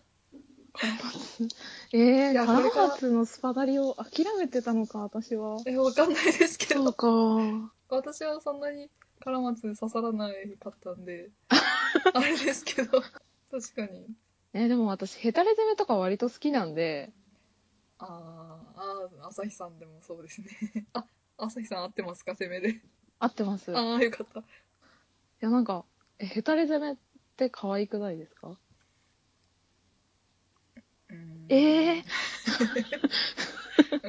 S2: カラマツ。え
S1: い
S2: ー、
S1: や
S2: カラ
S1: それが
S2: マツのスパダリを諦めてたのか、私 は。
S1: え、わかんないですけ
S2: そう
S1: ど。
S2: か。
S1: 私はそんなにカラマツ刺さらないかったん で、あれですけど。確かに。
S2: えー、でも私、ヘタレ攻めとか割と好きなんで、
S1: あーあー、朝日さんでもそうですね。あ、朝日さん合ってますか、攻めで。
S2: 合ってます。い
S1: ああ、よかった。
S2: や、なんか、えヘタレ攻めって可愛くないですか
S1: うん
S2: ええ
S1: うー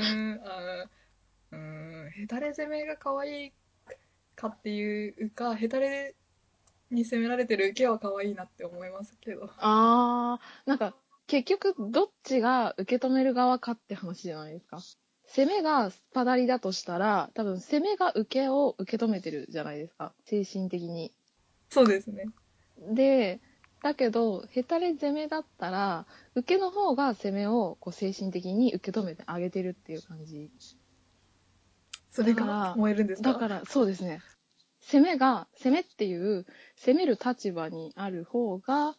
S1: ん、あーうーん、ヘタレ攻めが可愛いかっていうか、ヘタレに攻められてる受けは可愛いなって思いますけど。
S2: あー、なんか、結局、どっちが受け止める側かって話じゃないですか。攻めがスパダリだとしたら、多分攻めが受けを受け止めてるじゃないですか。精神的に。
S1: そうですね。
S2: で、だけど、ヘタレ攻めだったら、受けの方が攻めをこう精神的に受け止めてあげてるっていう感じ。
S1: それ
S2: だか
S1: が
S2: ら
S1: 燃えるんですか
S2: だから、そうですね。攻めが、攻めっていう、攻める立場にある方が、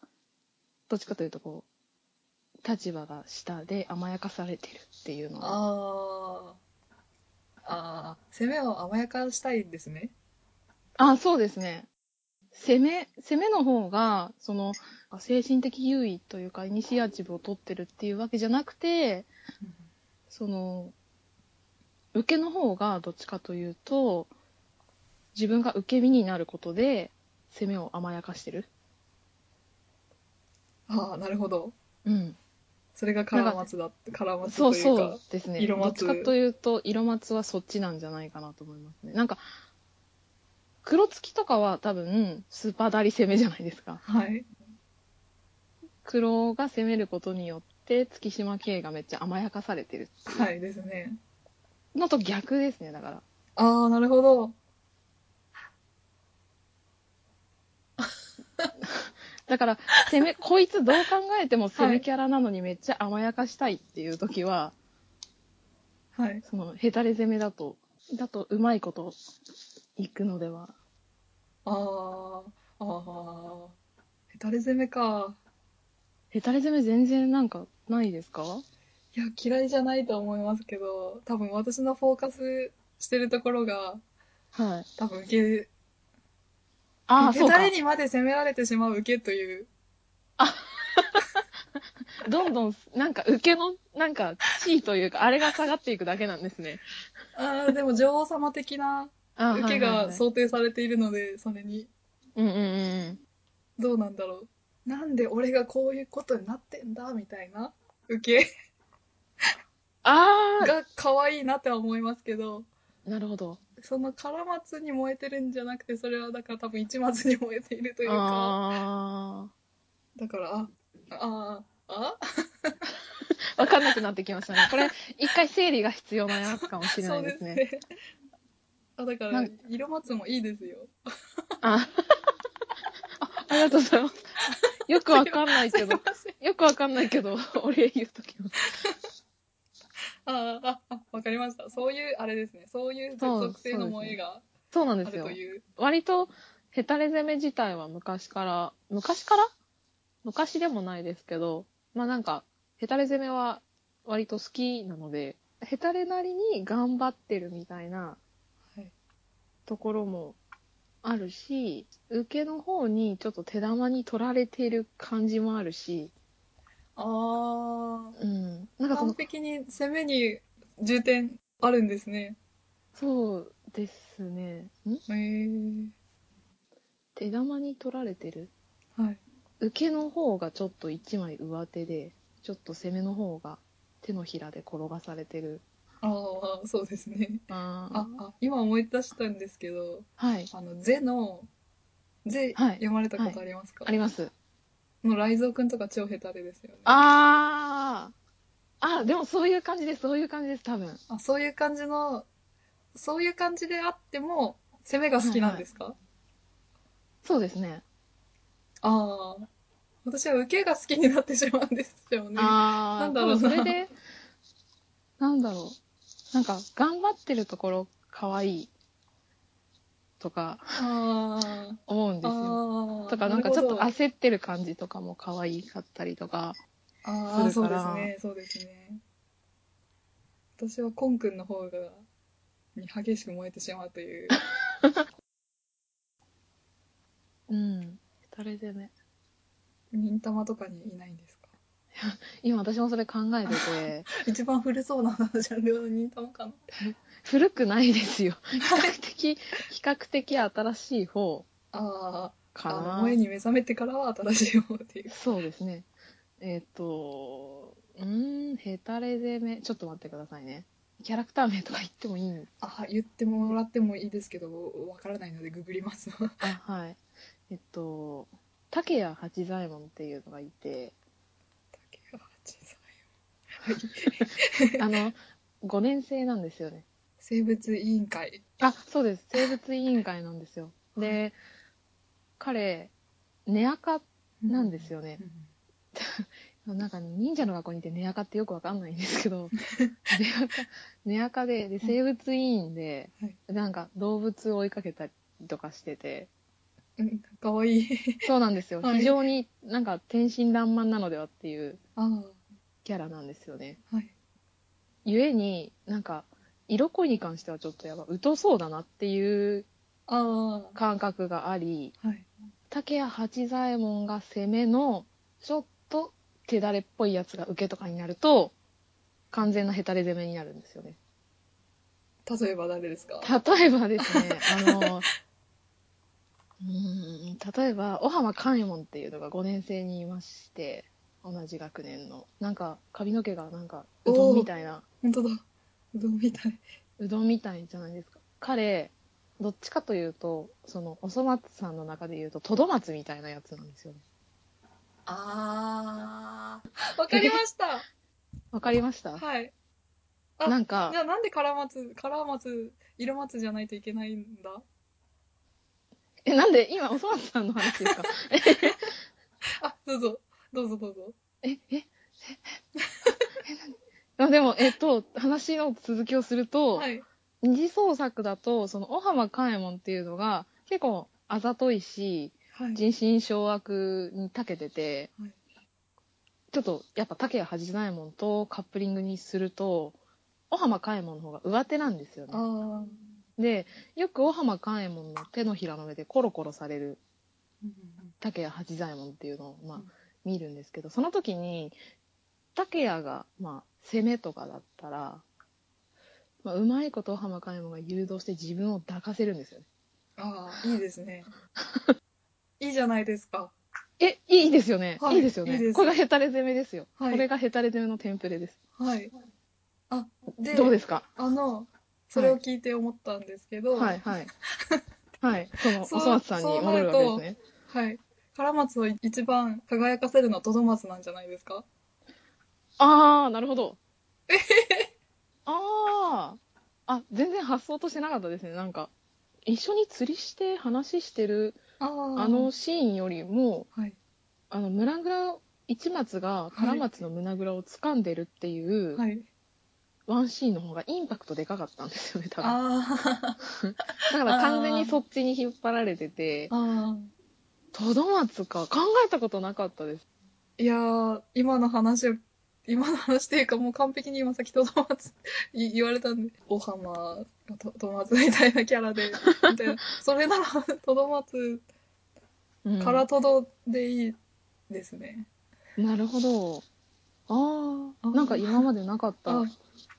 S2: どっちかというと、こう、立場が下で甘やかされてるっていうのは。
S1: ああ。ああ、攻めを甘やかしたいんですね。
S2: あ、そうですね。攻め、攻めの方が、その、精神的優位というか、イニシアチブを取ってるっていうわけじゃなくて、その、受けの方がどっちかというと、自分が受け身になることで、攻めを甘やかしてる。
S1: ああ、なるほど。
S2: うん。
S1: それがカラマツだって、カラマツ
S2: そう
S1: という
S2: そ
S1: か。
S2: うですね。
S1: 色
S2: どっ
S1: 松
S2: ちかというと、色松はそっちなんじゃないかなと思いますね。なんか、黒月とかは多分、スーパーダリ攻めじゃないですか。
S1: はい。
S2: 黒が攻めることによって、月島慶がめっちゃ甘やかされてる。
S1: はいですね。
S2: のと逆ですね、だから。
S1: ああ、なるほど。
S2: だから、攻 め、こいつどう考えても攻めキャラなのにめっちゃ甘やかしたいっていう時は、
S1: はい。
S2: その、ヘタレ攻めだと、だとうまいこと、いくのでは。
S1: ああ、ああ。ヘタレ攻めか。
S2: ヘタレ攻め全然なんか、ないですか
S1: いや、嫌いじゃないと思いますけど、多分私のフォーカスしてるところが、
S2: はい。
S1: 多分受け、
S2: ああ、
S1: 受け
S2: そうか
S1: 誰。にまで責められてしまう受けという、
S2: どんどん、なんか、受けの、なんか、地位というか、あれが下がっていくだけなんですね。
S1: ああ、でも女王様的な
S2: あ
S1: 受けが想定されているので、それに、
S2: う。うんうんうん。
S1: どうなんだろう。なんで俺がこういうことになってんだ、みたいな受け
S2: あ
S1: が可愛いなっては思いますけど、
S2: あ、なるほど。
S1: そのカラマツに燃えてるんじゃなくて、それはだから多分一松に燃えているというか、
S2: あ
S1: だから、あ、ああ、あ
S2: あ、わかんなくなってきましたね。これ、一回整理が必要なやつかもしれないですね。
S1: そうですね。あだから
S2: なん
S1: 色松もいいですよ。
S2: ああ、ありがとうござ います。よくわかんないけど、
S1: すいません
S2: よくわかんないけど、お礼言うときます。
S1: ああああわかりました。そういうあれですね。そういう属性の萌えが
S2: そうなん
S1: あ
S2: です
S1: る
S2: よ
S1: と。いう。
S2: 割とヘタレ攻め自体は昔から昔から昔でもないですけどまあなんかヘタレ攻めは割と好きなのでヘタレなりに頑張ってるみたいな
S1: はい
S2: ところもあるし受けの方にちょっと手玉に取られてる感じもあるし、
S1: あ
S2: うん、なん
S1: あ
S2: かそ
S1: 完
S2: の
S1: 璧に攻めに重点あるんですね。
S2: そうですねん
S1: へえ
S2: 手玉に取られてる
S1: はい。
S2: 受けの方がちょっと一枚上手でちょっと攻めの方が手のひらで転がされてる
S1: ああそうですね。
S2: あ
S1: ああ今思い出したんですけど、
S2: はい
S1: あのゼのゼ
S2: はい
S1: 読まれたことありますか？
S2: あります
S1: もう雷蔵くんとか超下手でですよね。
S2: あああ、でもそういう感じです、そういう感じです、多分。
S1: あそういう感じの、そういう感じであっても、攻めが好きなんですか、
S2: そうですね。
S1: ああ。私は受けが好きになってしまうんですよね。
S2: ああ、
S1: なんだろうな
S2: 多分それで、 なんだろう。なんか、頑張ってるところ、可愛いとか、
S1: あー
S2: 思うんですよ。
S1: あー。
S2: とか、なんかちょっと
S1: あ
S2: 焦ってる感じとかも可愛かったりとか。
S1: あー、
S2: す
S1: そ
S2: る
S1: うです
S2: から
S1: ね、そうですね。私はコン君の方が、に激しく燃えてしまうと いう。
S2: うん。誰でね。
S1: 忍たまとかにいないんですか
S2: 今私もそれ考えてて、
S1: 一番古そうなジャンルの忍たまかな。
S2: 古くないですよ。比較的、比較的新しい方
S1: ああ、
S2: か
S1: あの
S2: な。
S1: 萌えに目覚めてからは新しい方っていう。
S2: そうですね。えっ、と、うーん、ヘタレ攻め。ちょっと待ってくださいね。キャラクター名とか言ってもいいん
S1: あ言ってもらってもいいですけど、わからないのでググります。
S2: あ、はい。えっと、竹谷八左衛門っていうのがい て、
S1: 竹川八左衛
S2: あの、5年生なんですよね。
S1: 生物委員会。
S2: あ、そうです。生物委員会なんですよ。で、彼、根垢なんです
S1: よ。
S2: よね。なんか忍者の学校にいて根垢ってよくわかんないんです けど、根垢、根垢で、で、生物委員で、
S1: はい
S2: なんか動物を追いかけたりとかしてて、
S1: うん、かわいい。
S2: そうなんです よ。
S1: はい
S2: 非常になんか天真爛漫なのではっていう
S1: あ
S2: キャラなんですよね。
S1: あ、はい。
S2: ゆえになんか色恋に関してはちょっとやば疎そうだなっていう
S1: ああ、
S2: 感覚があり
S1: はい。
S2: 竹谷八左衛門が攻めのちょっと手だれっぽいやつが受けとかになると完全なヘタレ攻めになるんですよね。
S1: 例えば誰ですか
S2: 例えばですね あのうーん例えば小浜勘右衛門っていうのが5年生にいまして同じ学年のなんか髪の毛がなんかうどんみたいな。
S1: 本当だ。うどんみたい。
S2: うどんみたいじゃないですか彼どっちかというとそのおそ松さんの中でいうととど松みたいなやつなんですよね
S1: ああ、わかりま した。
S2: わかりました
S1: はい。あ
S2: なん
S1: じ
S2: か
S1: ゃあなんでカラマツ、カラマツ、色松じゃないといけないんだ
S2: えなんで今おそ松さんの話ですか
S1: あ、どうぞ。どうぞどうぞ。
S2: ええええええあでもえっと話の続きをすると、
S1: はい。
S2: 二次創作だとその小浜勘右衛門っていうのが結構あざといし
S1: はい。
S2: 人心掌握に長けてて、
S1: はい
S2: ちょっとやっぱ竹谷八左衛門とカップリングにすると小浜嘉右衛門の方が上手なんですよね。
S1: ああ。
S2: でよく小浜嘉右衛門の手のひらの上でコロコロされる竹谷八左衛門っていうのを、まあ
S1: うん
S2: 見るんですけどその時に竹谷が、まあ、攻めとかだったら、まあ、うまいこと小浜嘉右衛門が誘導して自分を抱かせるんですよね。
S1: ああ、いいです ね。いいじゃないですか。
S2: え、いいですよね。
S1: はい
S2: い、いですよね。
S1: いいです
S2: これがヘタレ攻めですよ。
S1: はい
S2: これがヘタレ攻めのテンプレです。
S1: はい。あ、で、
S2: どうですか
S1: あの、それを聞いて思ったんですけど、
S2: はい、 はい。はい。その、お
S1: そ
S2: そう松さんに戻るわけですね。
S1: はい。カラマツを一番輝かせるのはトドマツなんじゃないですか
S2: あー、なるほ ど。あー。あ、全然発想としてなかったですね。なんか、一緒に釣りして話してる、
S1: ああ
S2: あの、シーンよりも、
S1: はい。
S2: あの、胸ぐらを、市松が
S1: い
S2: 唐松の胸ぐらを掴んでるっていう、
S1: はい。
S2: ワンシーンの方がインパクトでかかったんですよね、多分。
S1: あ
S2: だから完全にそっちに引っ張られてて
S1: あ、、ああ。
S2: とどまつか考えたことなかったです。
S1: いやー、今の話を、今の話っていうかもう完璧に今さっきトドマツい言われたんで、オハマがトドマツみたいなキャラで、み たいな。それならトドマツ
S2: うん
S1: からトドでいいですね。
S2: なるほど。あ
S1: あ
S2: あ、なんか今までなかった
S1: あ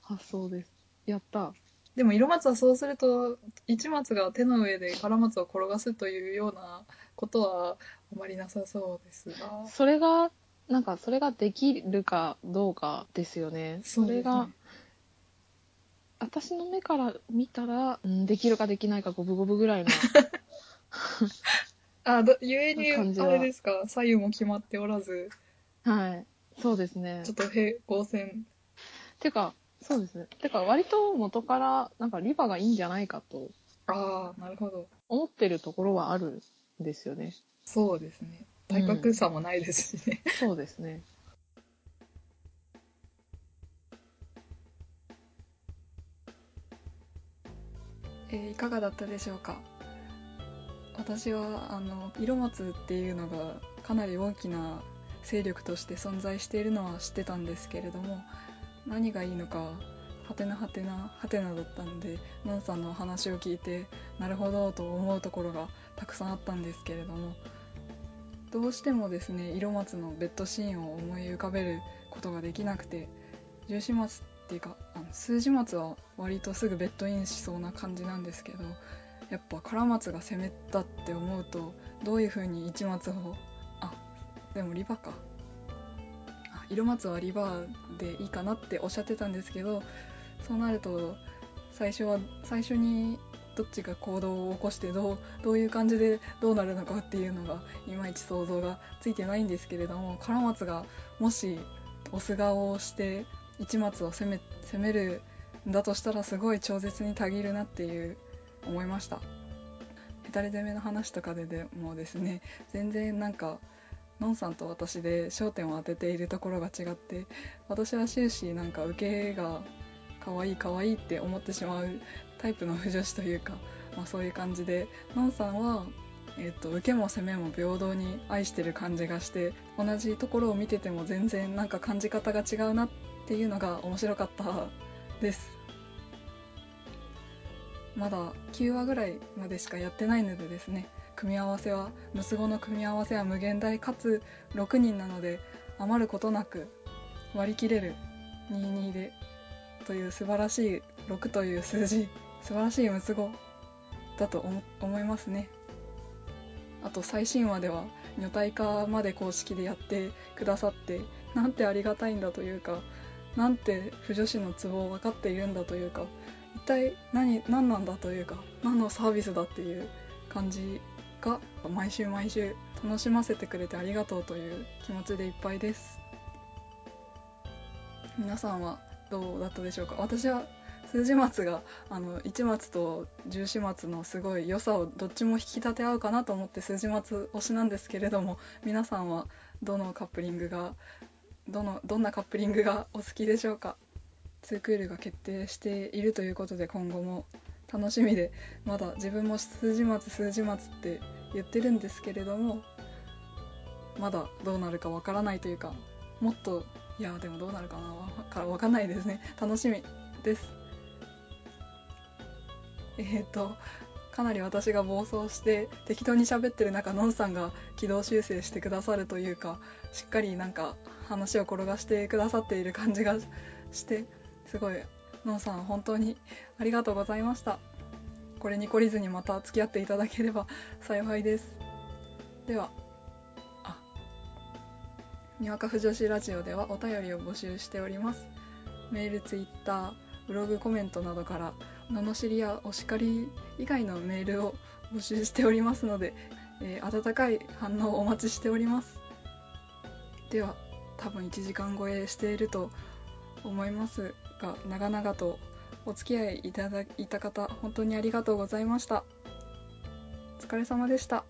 S2: 発想です。やった。
S1: でも色松はそうすると一松が手の上でカラマツを転がすというようなことはあまりなさそうですが
S2: それが、なんかそれができるかどうかですよね。
S1: そうで
S2: そ
S1: すね
S2: れが、私の目から見たら、うん、できるかできないか五分五分ぐらいの
S4: あ、どゆえに、
S2: 感じは
S4: あれですか、左右も決まっておらず、
S2: はい。そうですね
S4: ちょ。っと平行線。
S2: てか、そうですね。てか、割と元から、なんかリバがいいんじゃないかと
S4: ああ、なるほど。
S2: 思ってるところはあるんですよ ね。
S4: そうですね。体格差もないですしね。
S2: そうですね。
S1: えーいかがだったでしょうか私はあの色松っていうのがかなり大きな勢力として存在しているのは知ってたんですけれども何がいいのかはてなはてなはてなだったんでのんさんのお話を聞いてなるほどと思うところがたくさんあったんですけれどもどうしてもですね色松のベッドシーンを思い浮かべることができなくて重始末っていうかあの数字末は割とすぐベッドインしそうな感じなんですけどやっぱ唐松が攻めたって思うとどういう風に一松をあでもリバかあ色松はリバでいいかなっておっしゃってたんですけどそうなると最初は最初にどっちが行動を起こしてどうどういう感じでどうなるのかっていうのがいまいち想像がついてないんですけれども唐松がもしオス顔をして一松を攻め攻めるんだとしたらすごい超絶にたぎるなっていう思いましたヘタレ攻めの話とかででもですね 全然なんかのんさんと私で焦点を当てているところが違って私は終始なんか受けが可愛い可愛いって思ってしまうタイプの不女子というか、まあ、そういう感じでのんさんは、えっと受けも攻めも平等に愛してる感じがして同じところを見てても全然なんか感じ方が違うなっていうのが面白かったですまだ9話ぐらいまでしかやってないのでですね組み合わせは六つ子の組み合わせは無限大かつ6人なので余ることなく割り切れる22でという素晴らしい6という数字素晴らしい六つ子だと思思いますねあと最新話では女体化まで公式でやってくださってなんてありがたいんだというかなんて不女子のツボを分かっているんだというか一体何何なんだというか何のサービスだっていう感じが毎週毎週楽しませてくれてありがとうという気持ちでいっぱいです皆さんはどうだったでしょうか私は数字末があの一末と十四末のすごい良さをどっちも引き立て合うかなと思って数字末推しなんですけれども皆さんはどのカップリングがどのどんなカップリングがお好きでしょうかツークールが決定しているということで今後も楽しみでまだ自分も数字末数字末って言ってるんですけれどもまだどうなるかわからないというかもっといやでもどうなるかなわからわかんないですね楽しみですえっ、とかなり私が暴走して適当に喋ってる中のんさんが軌道修正してくださるというかしっかりなんか話を転がしてくださっている感じがしてすごいのんさん本当にありがとうございましたこれに懲りずにまた付き合っていただければ幸いですではあにわか不女子ラジオではお便りを募集しておりますメールツイッターブログコメントなどから罵りやお叱り以外のメールを募集しておりますので、えー温かい反応をお待ちしておりますでは多分1時間超えしていると思いますが長々とお付き合いいただいた方本当にありがとうございましたお疲れ様でした